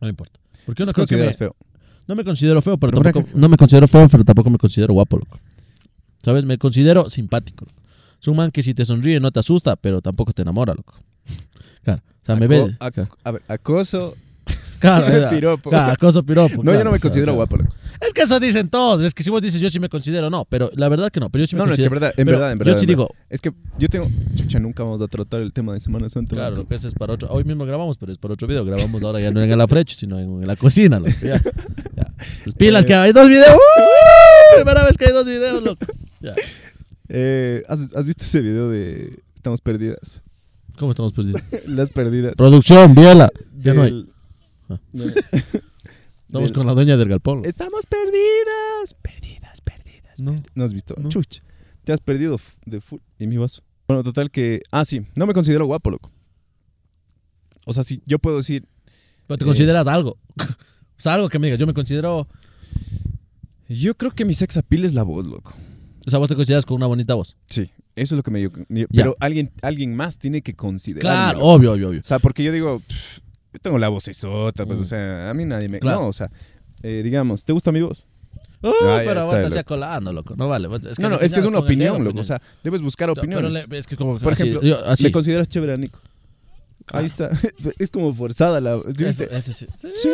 Speaker 2: No me importa. Porque yo no
Speaker 1: Te
Speaker 2: creo que me,
Speaker 1: consideras feo.
Speaker 2: no me considero feo, pero
Speaker 1: Pero mira
Speaker 2: tampoco, no me considero feo, pero tampoco me considero guapo, loco. ¿Sabes? Me considero simpático. Loco. Es un man que si te sonríe no te asusta, pero tampoco te enamora, loco. Claro. O sea, me
Speaker 1: Aco-
Speaker 2: ves.
Speaker 1: ac-
Speaker 2: Claro,
Speaker 1: A ver, acoso. <laughs>
Speaker 2: claro,
Speaker 1: Piropo.
Speaker 2: Claro, acoso piropo.
Speaker 1: No,
Speaker 2: claro,
Speaker 1: yo no me
Speaker 2: o sea,
Speaker 1: considero
Speaker 2: claro.
Speaker 1: guapo. loco.
Speaker 2: Es que eso dicen todos. Es que si vos dices yo sí me considero, no. Pero la verdad que no. Pero yo sí me
Speaker 1: No, no, es que en
Speaker 2: considero.
Speaker 1: verdad, en
Speaker 2: pero
Speaker 1: verdad, en verdad.
Speaker 2: Yo sí
Speaker 1: en verdad.
Speaker 2: digo,
Speaker 1: Es que yo tengo. Chucha, nunca vamos a tratar el tema de Semana Santa.
Speaker 2: Claro,
Speaker 1: loco.
Speaker 2: lo que es es para otro. Hoy mismo grabamos, pero es para otro video. Grabamos ahora ya no en el afrecho, sino en, en la cocina, loco. Ya, ya. Pues pilas que hay dos videos. ¡Uh! Primera vez que hay dos videos, loco. Ya.
Speaker 1: Eh, ¿has, has visto ese video de. Estamos perdidas?
Speaker 2: ¿Cómo estamos perdidos?
Speaker 1: Las <laughs> perdidas.
Speaker 2: Producción, viola. Ya no hay.
Speaker 1: Del-
Speaker 2: Ah.
Speaker 1: No.
Speaker 2: Estamos
Speaker 1: del- Este-
Speaker 2: con la dueña del galpón. loco.
Speaker 1: Estamos perdidas. Perdidas, perdidas.
Speaker 2: No.
Speaker 1: No has visto.
Speaker 2: No.
Speaker 1: Chucha. Te has perdido f- de full. Y mi vaso. Bueno, total que. Ah, sí. No me considero guapo, loco. O sea, sí, yo puedo decir.
Speaker 2: Pero te
Speaker 1: Eh.
Speaker 2: consideras algo. <laughs> O sea, algo que me digas. Yo me considero.
Speaker 1: Yo creo que mi sex appeal es la voz, loco.
Speaker 2: O sea, vos te consideras con una bonita voz.
Speaker 1: Sí, eso es lo que me dio. me dio-
Speaker 2: Ya.
Speaker 1: Pero alguien, alguien más tiene que considerarme.
Speaker 2: Claro,
Speaker 1: loco.
Speaker 2: obvio, obvio, obvio.
Speaker 1: O sea, porque yo digo, "Pff, yo tengo la voz esota, pues,
Speaker 2: Mm.
Speaker 1: o sea, a mí nadie me.
Speaker 2: Claro.
Speaker 1: No, o sea, eh, digamos, ¿te gusta mi voz?
Speaker 2: Uh,
Speaker 1: Ah, ya
Speaker 2: pero
Speaker 1: está,
Speaker 2: vos estás
Speaker 1: loco.
Speaker 2: colando, loco. No vale. vos-
Speaker 1: no, no,
Speaker 2: al
Speaker 1: es que es una
Speaker 2: final con el dedo, pues,
Speaker 1: opinión, loco. O sea, debes buscar
Speaker 2: Pero
Speaker 1: opiniones.
Speaker 2: le- es que como.
Speaker 1: Por
Speaker 2: así,
Speaker 1: ejemplo,
Speaker 2: yo- así.
Speaker 1: ¿Le consideras chévere a Nico? Ahí está. <laughs> es como forzada la. ¿sí
Speaker 2: Eso,
Speaker 1: viste?
Speaker 2: ese sí. Sí.
Speaker 1: Sí.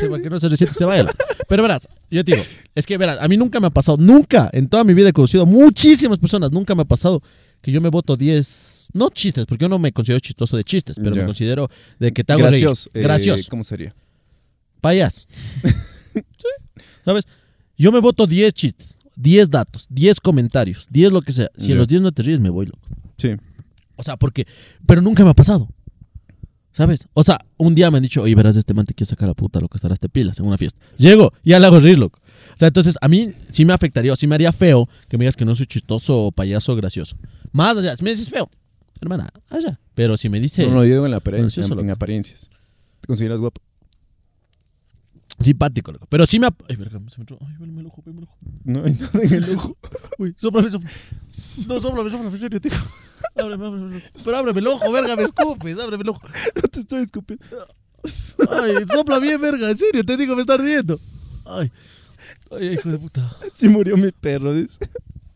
Speaker 2: Sí, porque no se resiente, se baila. Pero verás, yo te digo, es que verás, a mí nunca me ha pasado, nunca en toda mi vida he conocido a muchísimas personas, nunca me ha pasado que yo me voto 10, no chistes, porque yo no me considero chistoso de chistes, pero
Speaker 1: Ya.
Speaker 2: me considero de que te hago
Speaker 1: Gracioso. eh,
Speaker 2: reír. Gracioso,
Speaker 1: ¿Cómo sería? <laughs>
Speaker 2: payas. ¿Sabes? Yo me voto 10 chistes, 10 datos, 10 comentarios, 10 lo que sea. Si
Speaker 1: Ya.
Speaker 2: en los 10 no te ríes, me voy, loco.
Speaker 1: Sí.
Speaker 2: O sea, porque, pero nunca me ha pasado. ¿Sabes? O sea, un día me han dicho, oye, verás, este man te quiere sacar la puta, lo que estarás te pilas en una fiesta. Llego, ya le hago reír, loco. O sea, entonces a mí sí me afectaría, o sí me haría feo que me digas que no soy chistoso o payaso gracioso. Más allá, si me dices feo, hermana, allá. Pero si me dices
Speaker 1: No, no, yo digo en, la apariencia,
Speaker 2: Gracioso,
Speaker 1: en, en
Speaker 2: loco.
Speaker 1: apariencias. ¿Te consideras guapo?
Speaker 2: simpático, loco. Pero sí me. ap- Ay, verga, se me entró. Ay, me lo me lo
Speaker 1: No <laughs> hay nada en el ojo.
Speaker 2: Uy, sóplame, sóplame. No, sóplame, sóplame, en serio, tío. <laughs> Ábreme, ábreme, el ojo. Pero ábreme el ojo, verga, me escupes, ábreme el ojo.
Speaker 1: No te estoy escupiendo.
Speaker 2: Ay, sopla bien, verga, en serio, te digo, me está ardiendo. Ay, ay, hijo de puta.
Speaker 1: Sí murió mi perro, dice.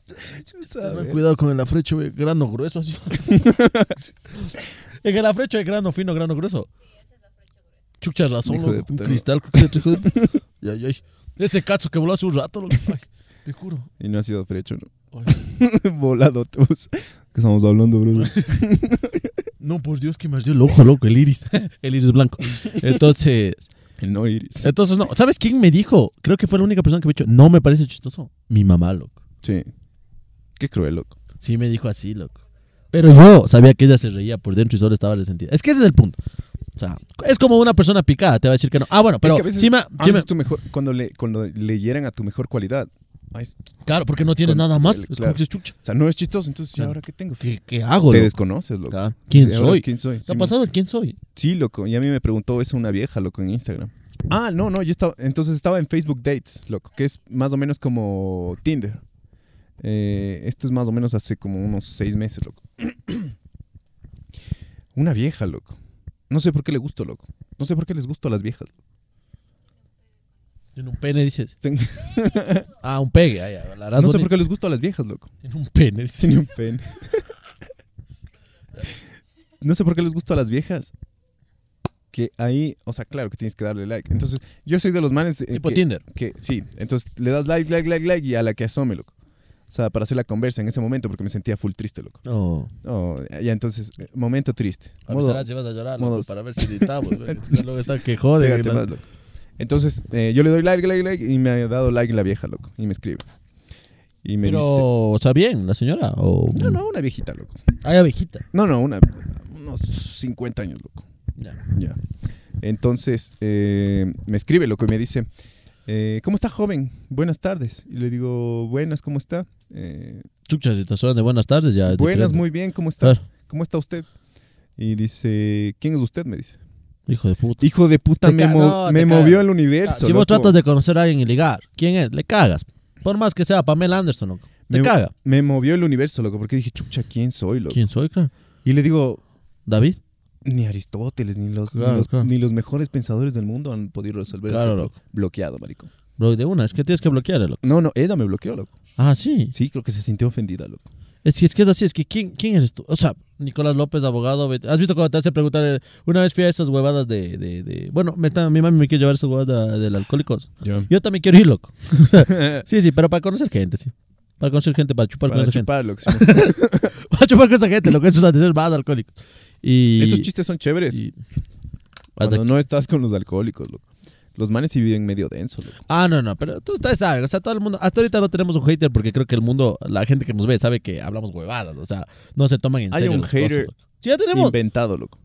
Speaker 1: <laughs>
Speaker 2: Tengan cuidado con el afrecho, eh, grano
Speaker 1: <laughs>
Speaker 2: grueso. Así. es que el afrecho es grano fino, grano grueso. Chucha razón,
Speaker 1: Hijo de
Speaker 2: loco, un
Speaker 1: puta,
Speaker 2: cristal. crochet, hijo de
Speaker 1: <laughs>
Speaker 2: puta. Ay, ay. Ese cacho que voló hace un rato, loco. Ay, te juro.
Speaker 1: Y no ha sido frecho, ¿no? <laughs>
Speaker 2: Ay.
Speaker 1: Volado, ¿Qué estamos hablando, bro?
Speaker 2: No, por Dios, que me ardió el ojo, loco, el iris. <laughs> El iris blanco. Entonces,
Speaker 1: El no iris.
Speaker 2: entonces no. ¿Sabes quién me dijo? Creo que fue la única persona que me dijo, no me parece chistoso. Mi mamá, loco.
Speaker 1: Sí. Qué cruel, loco.
Speaker 2: Sí me dijo así, loco. Pero yo sabía que ella se reía por dentro y solo estaba resentida. Es que ese es el punto. O sea, es como una persona picada, te va a decir que no. Ah, bueno, pero
Speaker 1: es que a veces,
Speaker 2: sí me-
Speaker 1: a
Speaker 2: sí me-
Speaker 1: veces tu mejor, cuando, le, cuando le hieran a tu mejor cualidad. ay, es-
Speaker 2: Claro, porque no tienes
Speaker 1: Con-
Speaker 2: nada más.
Speaker 1: el-
Speaker 2: es
Speaker 1: claro.
Speaker 2: como que es chucha.
Speaker 1: o sea, no es chistoso, entonces, ¿y
Speaker 2: Claro.
Speaker 1: ahora qué tengo?
Speaker 2: ¿Qué, qué hago,
Speaker 1: Te
Speaker 2: loco?
Speaker 1: desconoces, loco.
Speaker 2: Claro. ¿Quién
Speaker 1: Sí, ahora,
Speaker 2: soy?
Speaker 1: ¿Quién soy?
Speaker 2: ¿Te ha
Speaker 1: Sí,
Speaker 2: pasado el quién soy?
Speaker 1: Sí, loco. Y a mí me preguntó eso una vieja, loco, en Instagram. Ah, no, no, yo estaba. Entonces estaba en Facebook Dates, loco, que es más o menos como Tinder. Eh, esto es más o menos hace como unos seis meses, loco. <clears throat> Una vieja, loco. No sé por qué le gusto, loco. No sé por qué les gusto a las viejas.
Speaker 2: En un pene
Speaker 1: <laughs>
Speaker 2: dices.
Speaker 1: Ten-
Speaker 2: Ah, un pegue. ah, ya, la verdad,
Speaker 1: No sé
Speaker 2: ni-
Speaker 1: por qué les gusto a las viejas, loco.
Speaker 2: En un pene. dices.
Speaker 1: Tiene un pene. <laughs> No sé por qué les gusta a las viejas. Que ahí, o sea, claro que tienes que darle like. Entonces, yo soy de los manes. eh,
Speaker 2: Tipo
Speaker 1: que-
Speaker 2: Tinder.
Speaker 1: que sí, entonces le das like, like, like, like y a la que asome, loco. O sea, para hacer la conversa en ese momento porque me sentía full triste, loco.
Speaker 2: No.
Speaker 1: Oh, ya entonces, eh, momento triste.
Speaker 2: A
Speaker 1: Modo,
Speaker 2: ver, ahora llevas a llorar, loco,
Speaker 1: modos.
Speaker 2: para ver si editamos.
Speaker 1: <laughs>
Speaker 2: güey. Luego está que jode.
Speaker 1: pégate
Speaker 2: que la-
Speaker 1: más, loco. Entonces, eh, yo le doy like, like, like y me ha dado like la vieja, loco. Y me escribe. Y me
Speaker 2: Pero,
Speaker 1: dice...
Speaker 2: o sea, bien, la señora. O...
Speaker 1: No, no, una viejita, loco.
Speaker 2: Hay abejita.
Speaker 1: No, no, una, unos 50 años, loco.
Speaker 2: Ya.
Speaker 1: Ya. Entonces, eh, me escribe, loco, y me dice, eh, ¿cómo está, joven? Buenas tardes. Y le digo, buenas, ¿cómo está? Eh,
Speaker 2: Chuchas, si te suenan de buenas tardes, ya. es
Speaker 1: Buenas,
Speaker 2: diferente.
Speaker 1: muy bien, ¿cómo está?
Speaker 2: Claro,
Speaker 1: ¿Cómo está usted? Y dice, ¿quién es usted? Me dice.
Speaker 2: hijo de puta.
Speaker 1: Hijo de puta,
Speaker 2: Te
Speaker 1: me,
Speaker 2: ca-
Speaker 1: mo-
Speaker 2: no, te
Speaker 1: me
Speaker 2: cagas.
Speaker 1: movió el
Speaker 2: Ah,
Speaker 1: universo.
Speaker 2: si vos
Speaker 1: loco.
Speaker 2: tratas de conocer a alguien y ligar, ¿quién es? Le cagas. Por más que sea Pamela Anderson, loco. Te
Speaker 1: Me-
Speaker 2: caga.
Speaker 1: Me movió el universo, loco, porque dije, chucha, ¿quién soy, loco?
Speaker 2: ¿Quién soy, claro?
Speaker 1: Y le digo,
Speaker 2: David.
Speaker 1: ni Aristóteles, ni los,
Speaker 2: Claro,
Speaker 1: ni, los,
Speaker 2: claro.
Speaker 1: ni los mejores pensadores del mundo han podido resolver
Speaker 2: Claro,
Speaker 1: eso.
Speaker 2: loco.
Speaker 1: Bloqueado, marico.
Speaker 2: Bro, de una, es que tienes que bloquearle, loco.
Speaker 1: No, no, Eda me bloqueó, loco.
Speaker 2: Ah, sí.
Speaker 1: Sí, creo que se sintió ofendida, loco.
Speaker 2: Es que es, que es así, es que ¿quién, ¿quién eres tú? O sea, Nicolás López, abogado. vet- ¿Has visto cuando te hace preguntar? eh, Una vez fui a esas huevadas de. de, de- bueno, me está- mi mami me quiere llevar esas huevadas de- del alcohólicos. Yo también quiero ir, loco.
Speaker 1: <laughs>
Speaker 2: sí, sí, pero para conocer gente, sí. Para conocer gente, para chupar con
Speaker 1: Para
Speaker 2: esa gente.
Speaker 1: chupar, loco. si no-
Speaker 2: Para chupar con esa gente, loco. Eso es antes de ser más alcohólico. <laughs> Y.
Speaker 1: Esos chistes son chéveres.
Speaker 2: y- hasta
Speaker 1: Cuando no estás con los alcohólicos, loco. Los manes sí viven medio denso, loco.
Speaker 2: Ah, no, no, pero tú ustedes saben, o sea, todo el mundo, hasta ahorita no tenemos un hater porque creo que el mundo, la gente que nos ve sabe que hablamos huevadas, o sea, no se toman en
Speaker 1: Hay
Speaker 2: serio
Speaker 1: un
Speaker 2: las
Speaker 1: hater
Speaker 2: cosas. Sí, ya tenemos.
Speaker 1: Inventado, loco.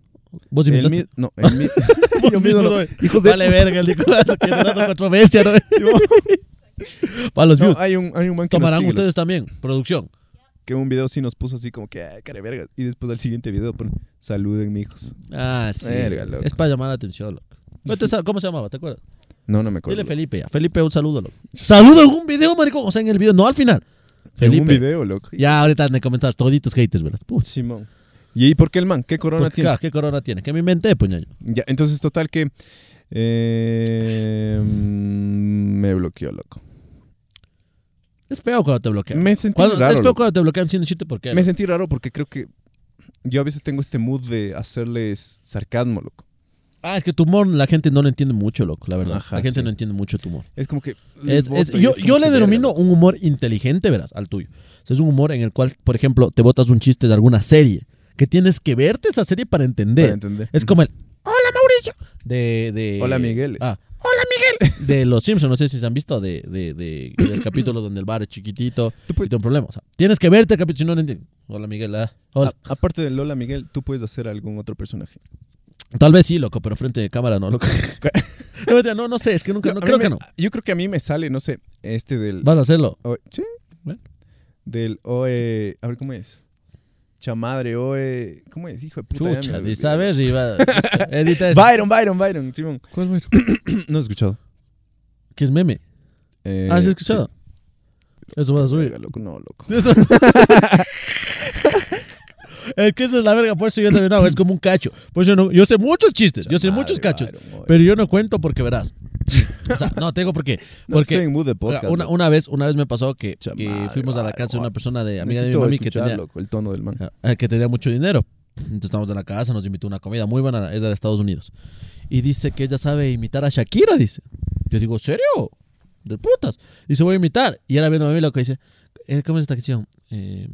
Speaker 2: Vos
Speaker 1: El
Speaker 2: inventaste.
Speaker 1: mi- no, el
Speaker 2: <laughs>
Speaker 1: mi- <laughs>
Speaker 2: Vos
Speaker 1: yo mismo
Speaker 2: mismo,
Speaker 1: no.
Speaker 2: ¿no?
Speaker 1: Hijos de
Speaker 2: Vale verga el Nicolás, <laughs> que dando controversia, ¿no? <laughs> Para los
Speaker 1: No,
Speaker 2: views.
Speaker 1: hay un, hay un man que, nos
Speaker 2: Tomarán
Speaker 1: sigue,
Speaker 2: ustedes también, producción.
Speaker 1: loco, que un video sí nos puso así como que, ah, cara de verga. Y después del siguiente video pone, saluden, mijos.
Speaker 2: Ah, sí.
Speaker 1: Verga, loco.
Speaker 2: Es para llamar la atención, loco. Pero te sa- ¿Cómo se llamaba? ¿Te acuerdas?
Speaker 1: No, no me acuerdo.
Speaker 2: Dile Felipe ya. Felipe, un saludo, loco. Saludo en un video, maricón. O sea, en el video, no al final.
Speaker 1: loco. En
Speaker 2: Felipe.
Speaker 1: un video, loco.
Speaker 2: Ya ahorita me comentas toditos haters, ¿verdad? Puta.
Speaker 1: Simón. ¿Y ahí por qué el man? ¿Qué corona
Speaker 2: Porque,
Speaker 1: tiene?
Speaker 2: claro, ¿Qué corona tiene? Que me inventé, puñaño.
Speaker 1: Ya, entonces, total que... eh, mm, me bloqueó, loco.
Speaker 2: Es feo cuando te bloquean.
Speaker 1: Me sentí
Speaker 2: Cuando-
Speaker 1: raro.
Speaker 2: es feo
Speaker 1: loco.
Speaker 2: cuando te bloquean sin decirte por qué.
Speaker 1: Me sentí raro porque creo que yo a veces tengo este mood de hacerles sarcasmo, loco.
Speaker 2: Ah, es que tu humor la gente no lo entiende mucho, loco, la verdad.
Speaker 1: Ajá,
Speaker 2: la gente
Speaker 1: sí.
Speaker 2: no entiende mucho tu humor.
Speaker 1: Es como que... les
Speaker 2: Es- es-
Speaker 1: boto y
Speaker 2: yo
Speaker 1: es como
Speaker 2: yo
Speaker 1: que
Speaker 2: le
Speaker 1: verga,
Speaker 2: denomino
Speaker 1: loco.
Speaker 2: un humor inteligente, verás, al tuyo. O sea, es un humor en el cual, por ejemplo, te botas un chiste de alguna serie. Que tienes que verte esa serie para entender.
Speaker 1: Para entender.
Speaker 2: Es como el Hola Mauricio. De, de-
Speaker 1: Hola, Miguel.
Speaker 2: Ah, Hola Miguel. De Los Simpsons, no sé si se han visto de, de- de- del capítulo donde el bar es chiquitito
Speaker 1: Tú
Speaker 2: y
Speaker 1: puedes-
Speaker 2: tiene un problema. O sea, tienes que verte el capítulo si no lo entiendes. Hola Miguel. ah, hola.
Speaker 1: a- aparte de Lola Miguel, tú puedes hacer algún otro personaje.
Speaker 2: Tal vez sí, loco, pero frente de cámara
Speaker 1: <laughs>
Speaker 2: no, loco. no, mentira, no, no sé, es que nunca, no,
Speaker 1: A mí
Speaker 2: creo
Speaker 1: me-
Speaker 2: que no.
Speaker 1: Yo creo que a mí me sale, no sé, este del...
Speaker 2: Vas a hacerlo.
Speaker 1: O- sí.
Speaker 2: Bueno.
Speaker 1: Del OE. A ver cómo es. Chamadre, OE. ¿Cómo es? Hijo de puta. ya me
Speaker 2: Chucha,
Speaker 1: olvidé.
Speaker 2: de saber si
Speaker 1: <laughs>
Speaker 2: va. Edita eso.
Speaker 1: Byron, Byron, Byron.
Speaker 2: <clears throat>
Speaker 1: Simón.
Speaker 2: ¿Cuál fue?
Speaker 1: No he escuchado.
Speaker 2: Que es meme.
Speaker 1: Eh,
Speaker 2: ah, ¿sí has escuchado? Eso vas a
Speaker 1: sí.
Speaker 2: subir.
Speaker 1: Verga, loco, no,
Speaker 2: <laughs>
Speaker 1: loco.
Speaker 2: Es que eso es la verga, por eso yo también no hago, es como un cacho. Por eso yo, no, yo sé muchos chistes, yo sé
Speaker 1: Chamadre,
Speaker 2: muchos cachos,
Speaker 1: Byron, oe.
Speaker 2: pero yo no cuento porque verás. O sea, no, tengo por qué.
Speaker 1: <laughs> No estoy
Speaker 2: Porque
Speaker 1: en mood de
Speaker 2: oiga,
Speaker 1: podcast.
Speaker 2: una,
Speaker 1: loco.
Speaker 2: una, vez, una vez me pasó que, que
Speaker 1: Chamadre,
Speaker 2: fuimos a la
Speaker 1: Byron,
Speaker 2: casa de una
Speaker 1: oe.
Speaker 2: persona de amiga de mi
Speaker 1: Necesito
Speaker 2: mami que
Speaker 1: escuchar,
Speaker 2: tenía,
Speaker 1: loco, el tono del man.
Speaker 2: eh, que tenía mucho dinero. Entonces estábamos en la casa, nos invitó una comida muy buena, es de Estados Unidos. Y dice que ella sabe imitar a Shakira, dice. Yo digo, ¿serio? De putas. Dice, voy a imitar. Y era viendo a mí lo que dice, eh, ¿cómo es esta canción? Eh,